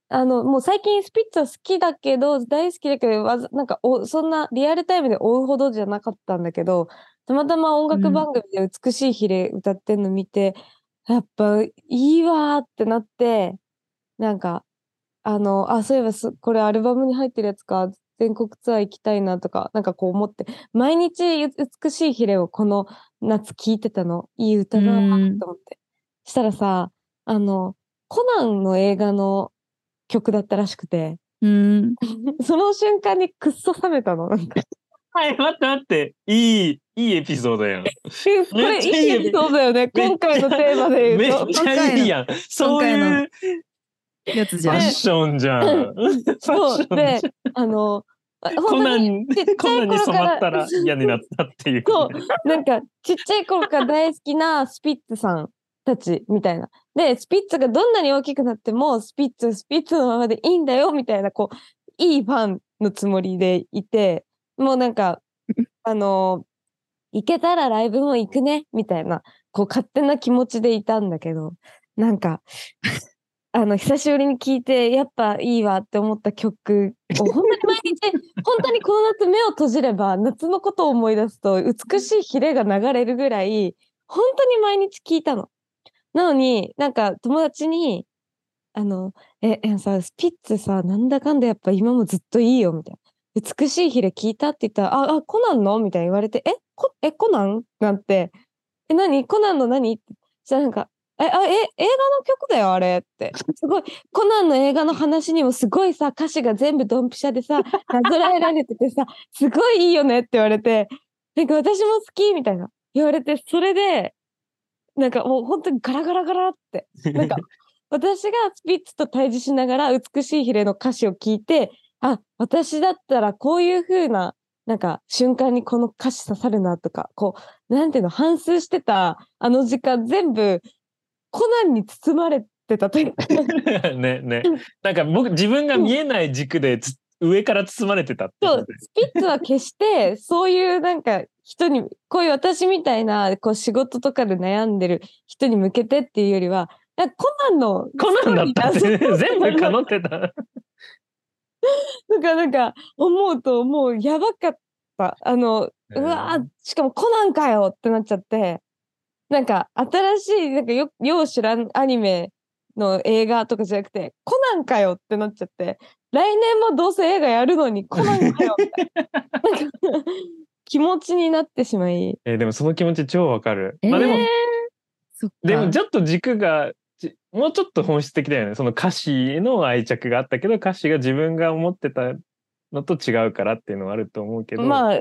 C: あの、もう最近スピッツは好きだけど、大好きだけど、わざなんかお、そんなリアルタイムで追うほどじゃなかったんだけど、たまたま音楽番組で美しいヒレ歌ってんの見て、やっぱいいわーってなって、なんか、あの、あ、そういえばすこれアルバムに入ってるやつか、全国ツアー行きたいなとか、なんかこう思って、毎日う美しいヒレをこの夏聴いてたの。いい歌だな
A: うん
C: と思って。したらさ、あの、コナンの映画の曲だったらしくて、 *laughs*
A: うん。
C: その瞬間にくっそ冷めたの。
B: *laughs*
C: なんか
B: はい、待って待って。いい、いいエピソードやん。
C: えこれいいエピソードだよね。
B: めっちゃいい
C: 今回のテーマで
B: め
C: 言うと
B: っ。ちゃいいやん。そういう
A: やつじ
B: フ
A: ゃん
B: ァッ。ションじゃん。ファッ
C: そ
B: シ
C: う。
B: ョン
C: で
B: じゃん。、
C: あの、
B: コ
C: 本
B: ナ
C: 当に
B: ン、
C: ちっちゃい
B: コナンに染まった
C: 頃
B: ら
C: から
B: 嫌になったっていう。
C: そう *laughs* なんかちっちゃい頃から大好きなスピッツさんたちみたいな。で、スピッツがどんなに大きくなってもスピッツ、スピッツのままでいいんだよみたいな、こう、いいファンのつもりでいて、もうなんか、あの行けたらライブも行くねみたいな、こう、勝手な気持ちでいたんだけど、なんか、あの、久しぶりに聞いて、やっぱいいわって思った曲を、本当に毎日、本当にこの夏目を閉じれば、夏のことを思い出すと、美しいヒレが流れるぐらい、本当に毎日聞いたの。なのに、なんか友達に、あの、え、えさ、スピッツさ、なんだかんだやっぱ今もずっといいよ、みたいな。美しいヒレ聞いたって言ったら、あ、あ、コナンのみたいに言われて、え、こえ、コナンなんて、え、何コナンの何って。じゃなんか、え、あ、え、映画の曲だよ、あれって。すごい、コナンの映画の話にもすごいさ、歌詞が全部ドンピシャでさ、なぞらえられててさ、すごいいいよねって言われて、なんか私も好きみたいな言われて、それで、なんかもう本当にガラガラガラって、なんか私がスピッツと対峙しながら美しいヒレの歌詞を聞いて、あ、私だったらこういう風な、なんか瞬間にこの歌詞刺さるなとか、こう、なんていうの、反芻してたあの時間全部コナンに包まれてたというか、
B: *laughs* ね、ね。なんか僕、自分が見えない軸でつ上から包まれてたって
C: そ
B: こと
C: う、スピッツは決して、そういうなんか人に、こういう私みたいな、こう仕事とかで悩んでる人に向けてっていうよりは、なんかコナンの、
B: コナンだったっ
C: ストー
B: て、
C: リーが
B: 全部かのってた。
C: なんか、なんか、思うと、もうやばかった。あの、うわーしかもコナンかよってなっちゃって、なんか、新しい、なんかよ、よう知らんアニメの映画とかじゃなくて、コナンかよってなっちゃって、来年もどうせ映画やるのにコナンかよみた
B: *laughs*
C: いななんか、気持ちになってしまい、
B: えーでもその気持ち超わかる。まあでも、
A: えーそっか
B: でもちょっと軸がじもうちょっと本質的だよねその歌詞への愛着があったけど歌詞が自分が思ってたのと違うからっていうのはあると思うけど、
C: まあ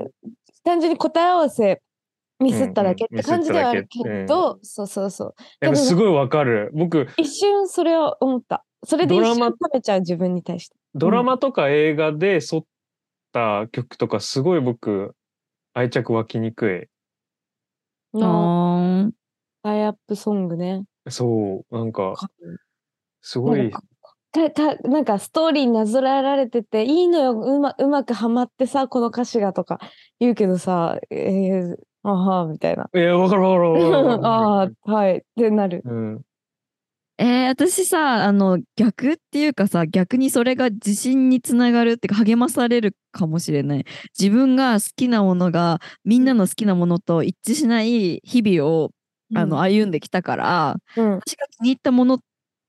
C: 単純に答え合わせミスっただけっ
B: うんうん
C: て感じではあ
B: ミス
C: る
B: っただけ
C: けど、そうそうそう
B: やっぱすごいわかる僕
C: 一瞬それを思ったそれで一瞬
B: ドラマ
C: 食べちゃう自分に対して
B: ドラマとか映画で沿った曲とかすごい僕愛着湧きにく
C: あ
A: あー
C: タイアップソングね
B: いそうなんか
C: か
B: すごい
C: かかなんかストーリーになぞらえられてていいのようまうまくはまってさこの歌詞がとか言うけどさえー、あはーみたいな
B: えわかるわかるわかるわかる
C: *laughs* ああはいってなる
B: うん、
A: えー、私さあの逆っていうかさ逆にそれが自信につながるっていうか励まされるかもしれない自分が好きなものがみんなの好きなものと一致しない日々を、あの歩んできたから
C: うん
A: 私が気に入ったものっ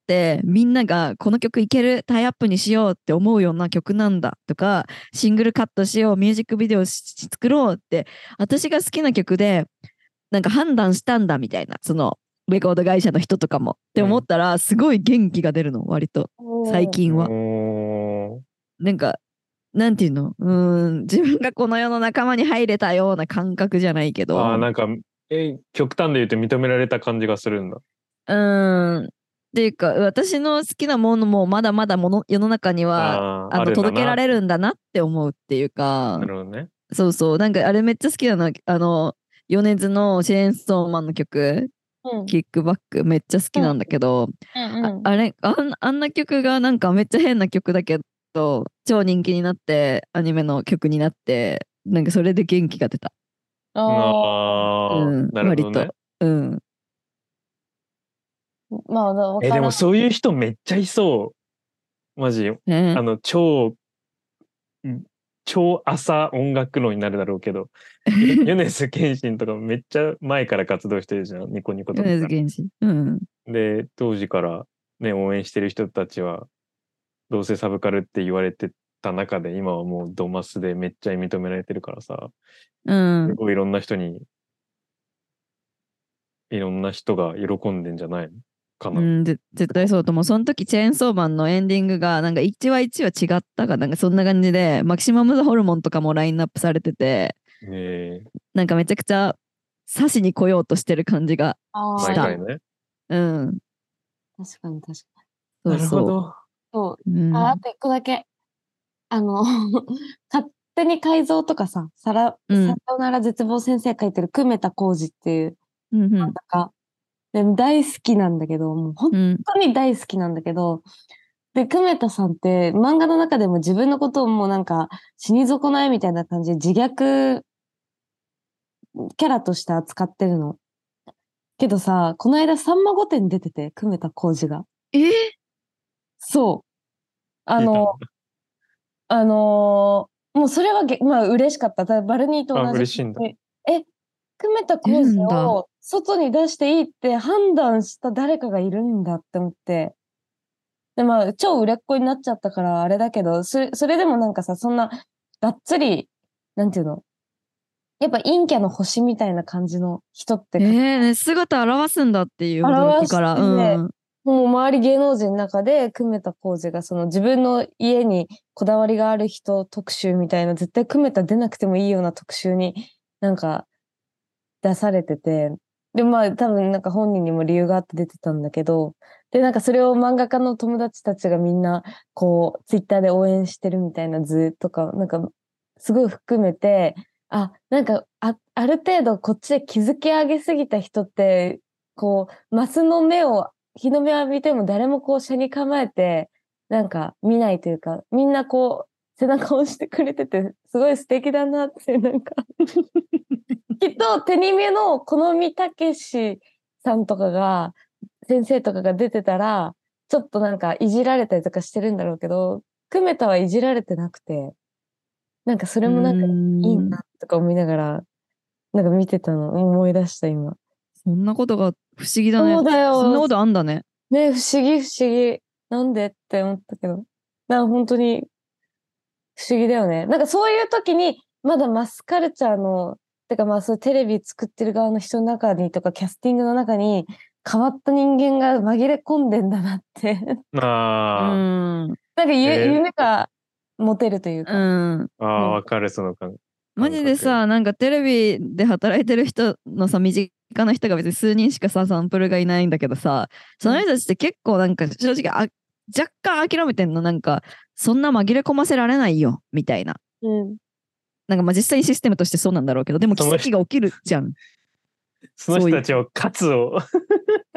A: てみんながこの曲いけるタイアップにしようって思うような曲なんだとかシングルカットしようミュージックビデオし作ろうって私が好きな曲でなんか判断したんだみたいなそのレコード会社の人とかもって思ったらすごい元気が出るの割と最近は。
B: おー
A: なんか、なんていうのうーん、自分がこの世の仲間に入れたような感覚じゃないけど、
B: あー
A: う
B: なんかえ極端で言うと認められた感じがするんだ。
A: ーん、っていうか、私の好きなものもまだまだもの世の中には、
B: あー
A: あの
B: あるんだな
A: 届けられるんだなって思うっていうか
B: な、るほどね。
A: そうそう、なんかあれめっちゃ好きなの、あの、米津のシェーンソーマンの曲、
C: うん
A: キックバックめっちゃ好きなんだけど、ああれあんあんな曲がなんかめっちゃ変な曲だけど超人気になってアニメの曲になってなんかそれで元気が出た、
C: あ
B: ああ、
A: うん、
B: なる
A: 割
B: ほどね
A: と。。うん、
C: ーまあ、だわか
B: えで
C: らん
B: もそういう人めっちゃいそう。マジ
A: ね
B: あの超ん超朝音楽論になるだろうけど米津玄師とかめっちゃ前から活動してるじゃんニコニコとか
A: 米津玄師うん
B: で当時からね応援してる人たちはどうせサブカルって言われてた中で今はもうドマスでめっちゃ認められてるからさ
A: うん
B: すごいいろんな人にいろんな人が喜んでんじゃないのか
A: う
B: な、
A: ん、ぜ絶対そうと思う。その時、チェーンソーマンのエンディングが、なんか1話1話違ったかなんかそんな感じで、マキシマム・ザ・ホルモンとかもラインナップされてて、
B: え
A: なんかめちゃくちゃ刺しに来ようとしてる感じが、
C: あー
B: 毎
A: した
B: 回ね
A: うん。
C: 確かに確かに。
A: そうそう。
B: ど
C: そう。
A: うん
C: ああと一個だけ。あの、 *laughs* 勝手に改造とかさ、さら、
A: うん
C: さよなら絶望先生書いてる久米田浩二っていう
A: うんう
C: 漫
A: ん
C: 画家。で大好きなんだけど、もう本
A: うん
C: 当に大好きなんだけど、で、久米田さんって漫画の中でも自分のことをもうなんか死に損ないみたいな感じで自虐キャラとして扱ってるの。けどさ、この間さんま御殿出てて、久米田浩二が。
A: えー
C: そう。あの、あのーもうそれはげ、まあ嬉しかった。だバルニーと
B: あ
C: 同
B: 嬉し
C: じ。
B: いんだ
C: え、久米田浩
A: 出る
C: 二
A: んだ
C: を外に出していいって判断した誰かがいるんだって思って。で、まあ、超売れっ子になっちゃったからあれだけど、それそれでもなんかさ、そんな、がっつり、なんていうのやっぱ陰キャの星みたいな感じの人って
A: えーね、姿表すんだっていう驚きから。
C: 表して
A: うん
C: もう周り芸能人の中で久米田浩二がその自分の家にこだわりがある人特集みたいな絶対久米田出なくてもいいような特集になんか出されててでまあ多分なんか本人にも理由があって出てたんだけどでなんかそれを漫画家の友達たちがみんなこうツイッターで応援してるみたいな図とかなんかすごい含めてあなんかあある程度こっちで築き上げすぎた人ってこうマスの目を日の目を浴びても誰もこう車に構えてなんか見ないというかみんなこう背中を押してくれててすごい素敵だなってなんかきっと手に目の好みたけしさんとかが先生とかが出てたらちょっとなんかいじられたりとかしてるんだろうけど久米田はいじられてなくてなんかそれもなんかいいなとか思いながら、なんか見てたの思い出した今。
A: そんなことが不思議だね。
C: そうだよ
A: そんなことあんだね。
C: ね不思議不思議。なんでって思ったけど。なんか本当に不思議だよね。なんかそういう時に、まだマスカルチャーの、てかまあそういうテレビ作ってる側の人の中にとかキャスティングの中に変わった人間が紛れ込んでんだなって。 *laughs*
A: う
B: あー、
A: ん。
C: なんかゆ、
B: えー
C: 夢が持てるというか。
A: うん。
C: う
B: ああ
C: ん
B: わかるその感じ
A: マジでさ、なんかテレビで働いてる人のさ、身近な人が別に数人しかさ、サンプルがいないんだけどさ、その人たちって結構なんか正直あ、若干諦めてんの。なんか、そんな紛れ込ませられないよ、みたいな。
C: うん。
A: なんかまあ実際にシステムとしてそうなんだろうけど、でも奇
B: その人
A: 跡が起きるじゃん。
B: その人たちを勝つを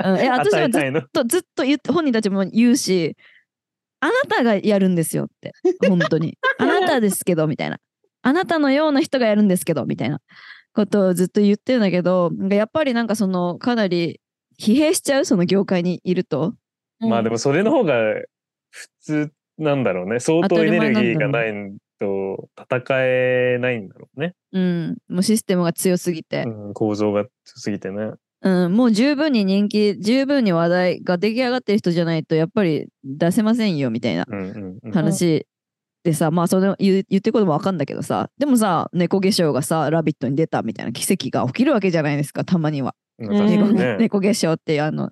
A: うん、え、私
B: 与
A: は
B: え
A: ず
B: たいの
A: ずっとずっと言って本人たちも言うしあなたがやるんですよって本当にあなたですけどみたいなあなたのような人がやるんですけどみたいなことをずっと言ってるんだけどなんかやっぱりなんかそのかなり疲弊しちゃうその業界にいると
B: まあで
C: も。
B: もそれの方が普通なんだろうね相当エネルギーがないと戦えないんだろうね、
A: うんもうシステムが強すぎて
B: うん、構造が強すぎてね
A: うん、もう十分に人気、十分に話題が出来上がってる人じゃないと、やっぱり出せませんよ、みたいな
B: うんうんうん。
A: 話でさ、まあ、その言う言ってることもわかんだけどさ、でもさ、猫化粧がさ、ラビットに出たみたいな奇跡が起きるわけじゃないですか、たまには。
B: まあ確かにね
A: 猫化粧っていうあの、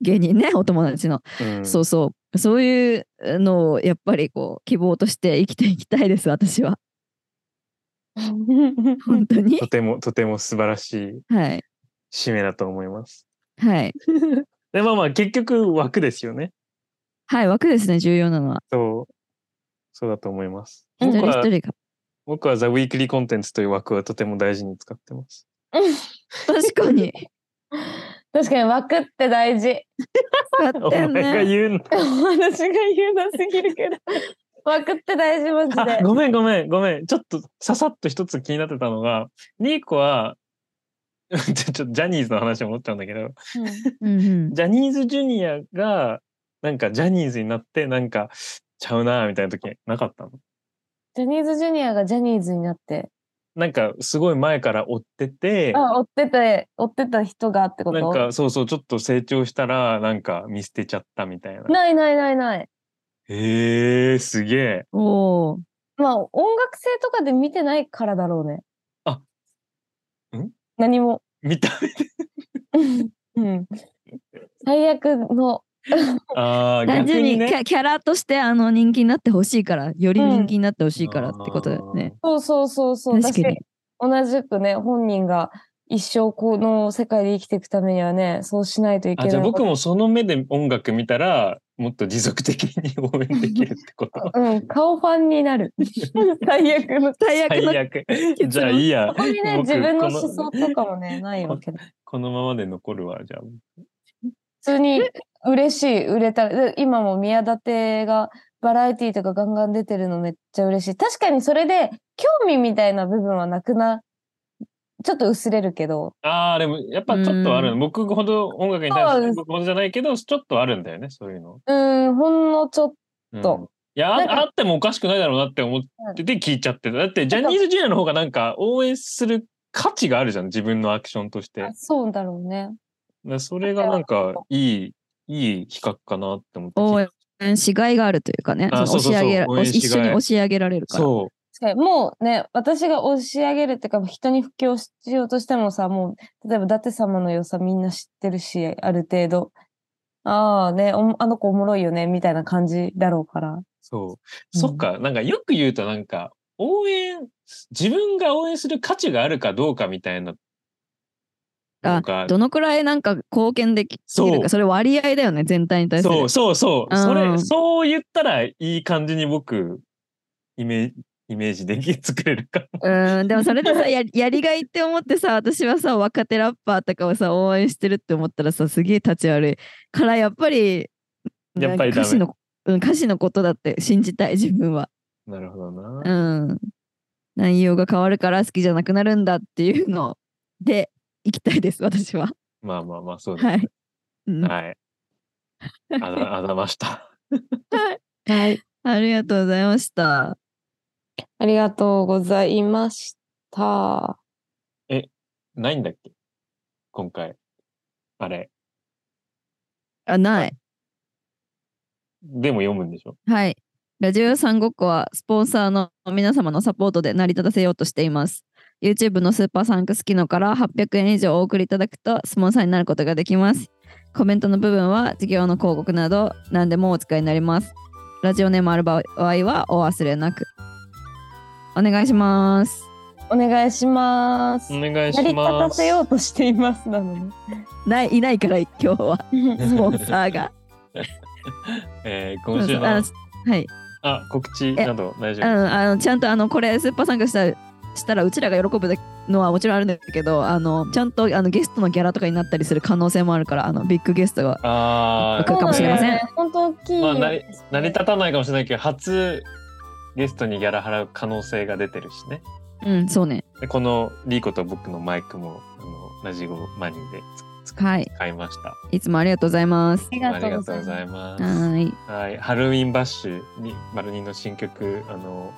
A: 芸人ね、お友達の。
B: うん
A: そうそう。そういうのをやっぱりこう希望として生きていきたいです、私
B: *laughs*
A: は。本当に
B: と。てもとても素晴らしい
A: はい。
B: 使命だと思います。
A: はい。
B: でまあまあ結局枠ですよね。
A: はい、枠ですね、重要なのは。
B: そうそうだと思います。
A: 一
B: 僕
A: 人
B: は
A: 一人が。
B: 僕はザ・ウィークリーコンテンツという枠はとても大事に使ってます。
A: 確か
B: *laughs*
A: に。
C: *laughs* 確かに枠って大事。
A: 使っ
B: お
A: て
B: 前
A: ん
B: が
A: ね。
B: 言うの。
C: 私が言うなすぎるけ *laughs* ど。枠って大事マジ
B: あ
C: で。
B: ごめんごめんごめん。ちょっとささっと一つ気になってたのが、ニーコは、ちょちょジャニーズの話も思っちゃうんだけど、
A: うんうん。
B: ジャニーズジュニアが、なんかジャニーズになって、なんか、ちゃうなーみたいな時なかったの
C: ジャニーズジュニアがジャニーズになって。
B: なんか、すごい前から追ってて、
C: あ、追ってた、追ってた人がってこ
B: なん
C: と
B: か、そうそう、ちょっと成長したら、なんか見捨てちゃったみたいな。
C: ないないないない。
B: へえー、すげえ。
A: おお。
C: まあ、音楽性とかで見てないからだろうね。
B: あ、ん
C: 何
B: *laughs*
C: も。
B: 見た目で。
C: うん。最悪の。
B: ああ、
A: 単
B: 逆
A: 純に
B: に
A: キ
B: ね。
A: ャキャラとしてあの人気になってほしいから、より人気になってほしいからってことだよね。
C: そうそうそうそう。
A: 確かに
C: だし同じくね、本人が一生この世界で生きていくためにはね、そうしないといけ
B: あ
C: ない。
B: じゃあ僕もその目で音楽見たらもっと持続的に応援できるって
C: *laughs*
B: こと
C: うん、顔ファンに
A: *laughs*
C: なる。最悪の。
A: 最悪の
B: 最悪じゃあいいや
C: そこにね、
B: 僕
C: 自分の
B: こ
C: 思想とかもね、ないわけだ。
B: このままで残るわじゃあ
C: 普通に嬉しい、売れたら。で今も宮舘がバラエティーとかガンガン出てるのめっちゃ嬉しい。確かにそれで、興味みたいな部分はなくな、ちょっと薄れるけど、
B: あーでもやっぱちょっとあるの僕ほど音楽に対
C: そう
B: し
C: で
B: て
C: す
B: 僕ほどじゃないけどちょっとあるんだよねそういうの、
C: うーん、ほんのちょっと。
B: うん
C: そう
B: いや
C: なんか
B: ああってもおかしくないだろうなって思ってて聞いちゃってただってジャニーズジュニアの方がなんか応援する価値があるじゃん自分のアクションとしてだ
C: あ
B: か
C: そうだろうね。
B: らそれがなんかいいいい比較かなって思って聞いて
A: 応援しがいがあるというかね。
B: あ
A: その押し上げら
B: そうそうそう応援し
A: 一
B: がい
A: 緒に押し上げられるから。
B: そう
C: 確かにもうね、私が押し上げるっていうか、人に布教しようとしてもさ、もう、例えば、伊達様の良さみんな知ってるし、ある程度。ああね、おもあの子おもろいよね、みたいな感じだろうから。
B: そう。そっか、なんかよく言うとなんか、応援、自分が応援する価値があるかどうかみたいな。
A: あ
B: のが
A: どのくらいなんか貢献でき
B: そう
A: るか、それ割合だよね、全体に対する。
B: そうそうそ
A: う
B: う。
A: ん
B: それ、そう言ったらいい感じに僕、イメージ、イメージでき *laughs* 作れるかも。
A: うーんでもそれでさや *laughs* やりがいって思ってさ私はさ若手ラッパーとかをさ応援してるって思ったらさすげえ立ち悪いからやっぱり
B: やっぱり
A: 歌詞
B: ダ
A: の、うん、歌詞のことだって信じたい自分は、
B: なるほどな。
A: うん、内容が変わるから好きじゃなくなるんだっていうのでいきたいです私は
B: まあまあまあ、そうです。
A: はい、うん
B: はい。あざ、あざました。
C: はい。
A: ありがとうございました
C: ありがとうございました。
B: ないんだっけ今回。あれ。
A: あない
B: でも読むんでしょ
A: はい。ラジオ屋さんごっこはスポンサーの皆様のサポートで成り立たせようとしています。YouTube のスーパーサンクス機能から800円以上お送りいただくとスポンサーになることができます。コメントの部分は事業の広告など何でもお使いになります。ラジオネームある場合はお忘れなく。お願いします。
C: お願いします。
B: お
C: や
B: 願い
C: り
B: し
C: 立た
B: ます。
C: せようとしていますなのね。
A: ない、いないから今日
B: *laughs*
A: はスポンサーが。
B: えー今週
A: あ
B: の
A: の、はい。
B: あ、告知など大丈夫
A: うん、あのちゃんとあのこれスーパー参加したしたらうちらが喜ぶのはもちろんあるんだけどあのちゃんとあのゲストのギャラとかになったりする可能性もあるからあのビッグゲストが
B: あ
A: 来るかもしれません
C: そうなんだよね本当大きい。
B: まあなり成り立たないかもしれないけど初ゲストにギャラ払う可能性が出てるしね
A: うんそうね
B: でこのリーコと僕のマイクもあのラジオマニーでつつ
A: はい
B: 買いました、
A: いつもありがとうございます
C: あり
B: ありがとうございま
A: は
B: す
A: ーい
B: はいハロウィンバッシュにバルニーの新曲あの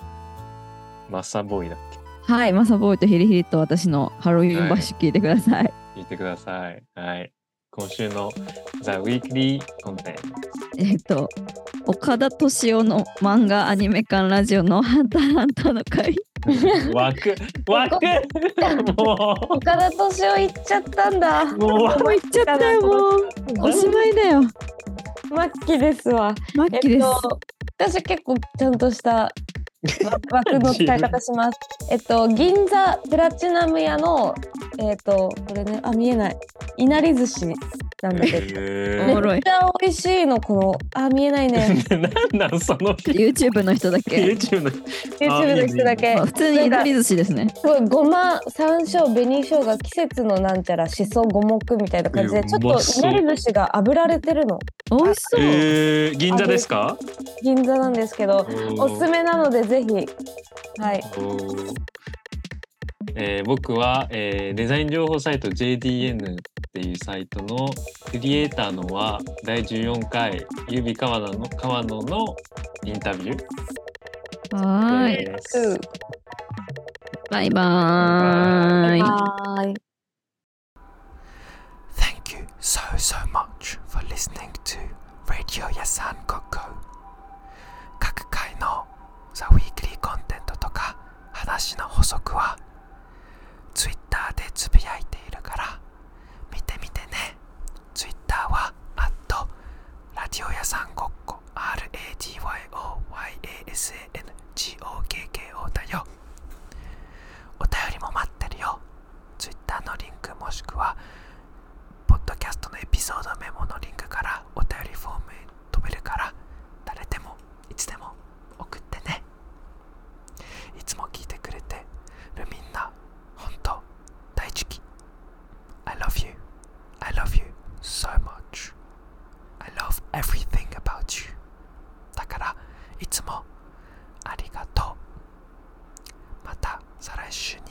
B: マッサーボーイだっけ
A: はいマサボーイとヒリヒリと私のハロウィンバッシュ聞いてください、
B: 聞いてください。はい。今週の The Weekly Content。
A: えっと、岡田敏夫の漫画アニメ館ラジオのハンターハンターの回。
B: *laughs* 枠枠
C: *laughs*
B: も
C: 岡田敏夫行っちゃったんだ。
B: うもう
A: もう行っちゃったよ、もう。おしまいだよ。
C: マッキーですわ。
A: 末期です。
C: と、私結構ちゃんとした枠の使い方します。えっと、銀座プラチナム屋の、えっと、これね、あ、見えない。いなり寿司なんだけ
B: *laughs*
C: ど。
A: おも
B: え
A: ろ
C: め
A: い
C: っちゃ美味しいの、この、あ、見えないね。*laughs*
B: *laughs* ーなんなんその
A: YouTube の人だ *laughs* け。
B: YouTube の
C: YouTube の人だけ
A: まあ。普通にいなり寿司ですね。
C: すごいごま山椒紅生姜季節のなんちゃらしそ五目みたいな感じ
B: え
C: でちょっ
B: うま
C: と
B: そう
C: いなり寿司が炙られてるの
A: 美味しそう。
B: えー、銀座ですか
C: 銀座なんですけどおすすめなのでぜひはい
B: おーえー僕は、えーデザイン情報サイト JDN っていうサイトのクリエイターのは第14回ゆうび川野の川野のインタビュ
A: はーい。
B: ーです。
C: うん
A: バイバーイ。
C: はーい
F: Thank you so, so much for listening to Radio Yasan Koko. 各回の The Weekly コンテンツとか話の補足は Twitter でつぶやいているから見てみてね。Twitter は Radio Yasan Koko RADYOYASANGOKKO だよ。お便りも待ってるよ。Twitter のリンクもしくはポッドキャストのエピソードメモのリンクからお便りフォームへ飛べるから誰でもいつでも送ってねいつも聞いてくれてるみんな本当大好き I love you I love you so much I love everything about you だからいつもありがとうまた再来週に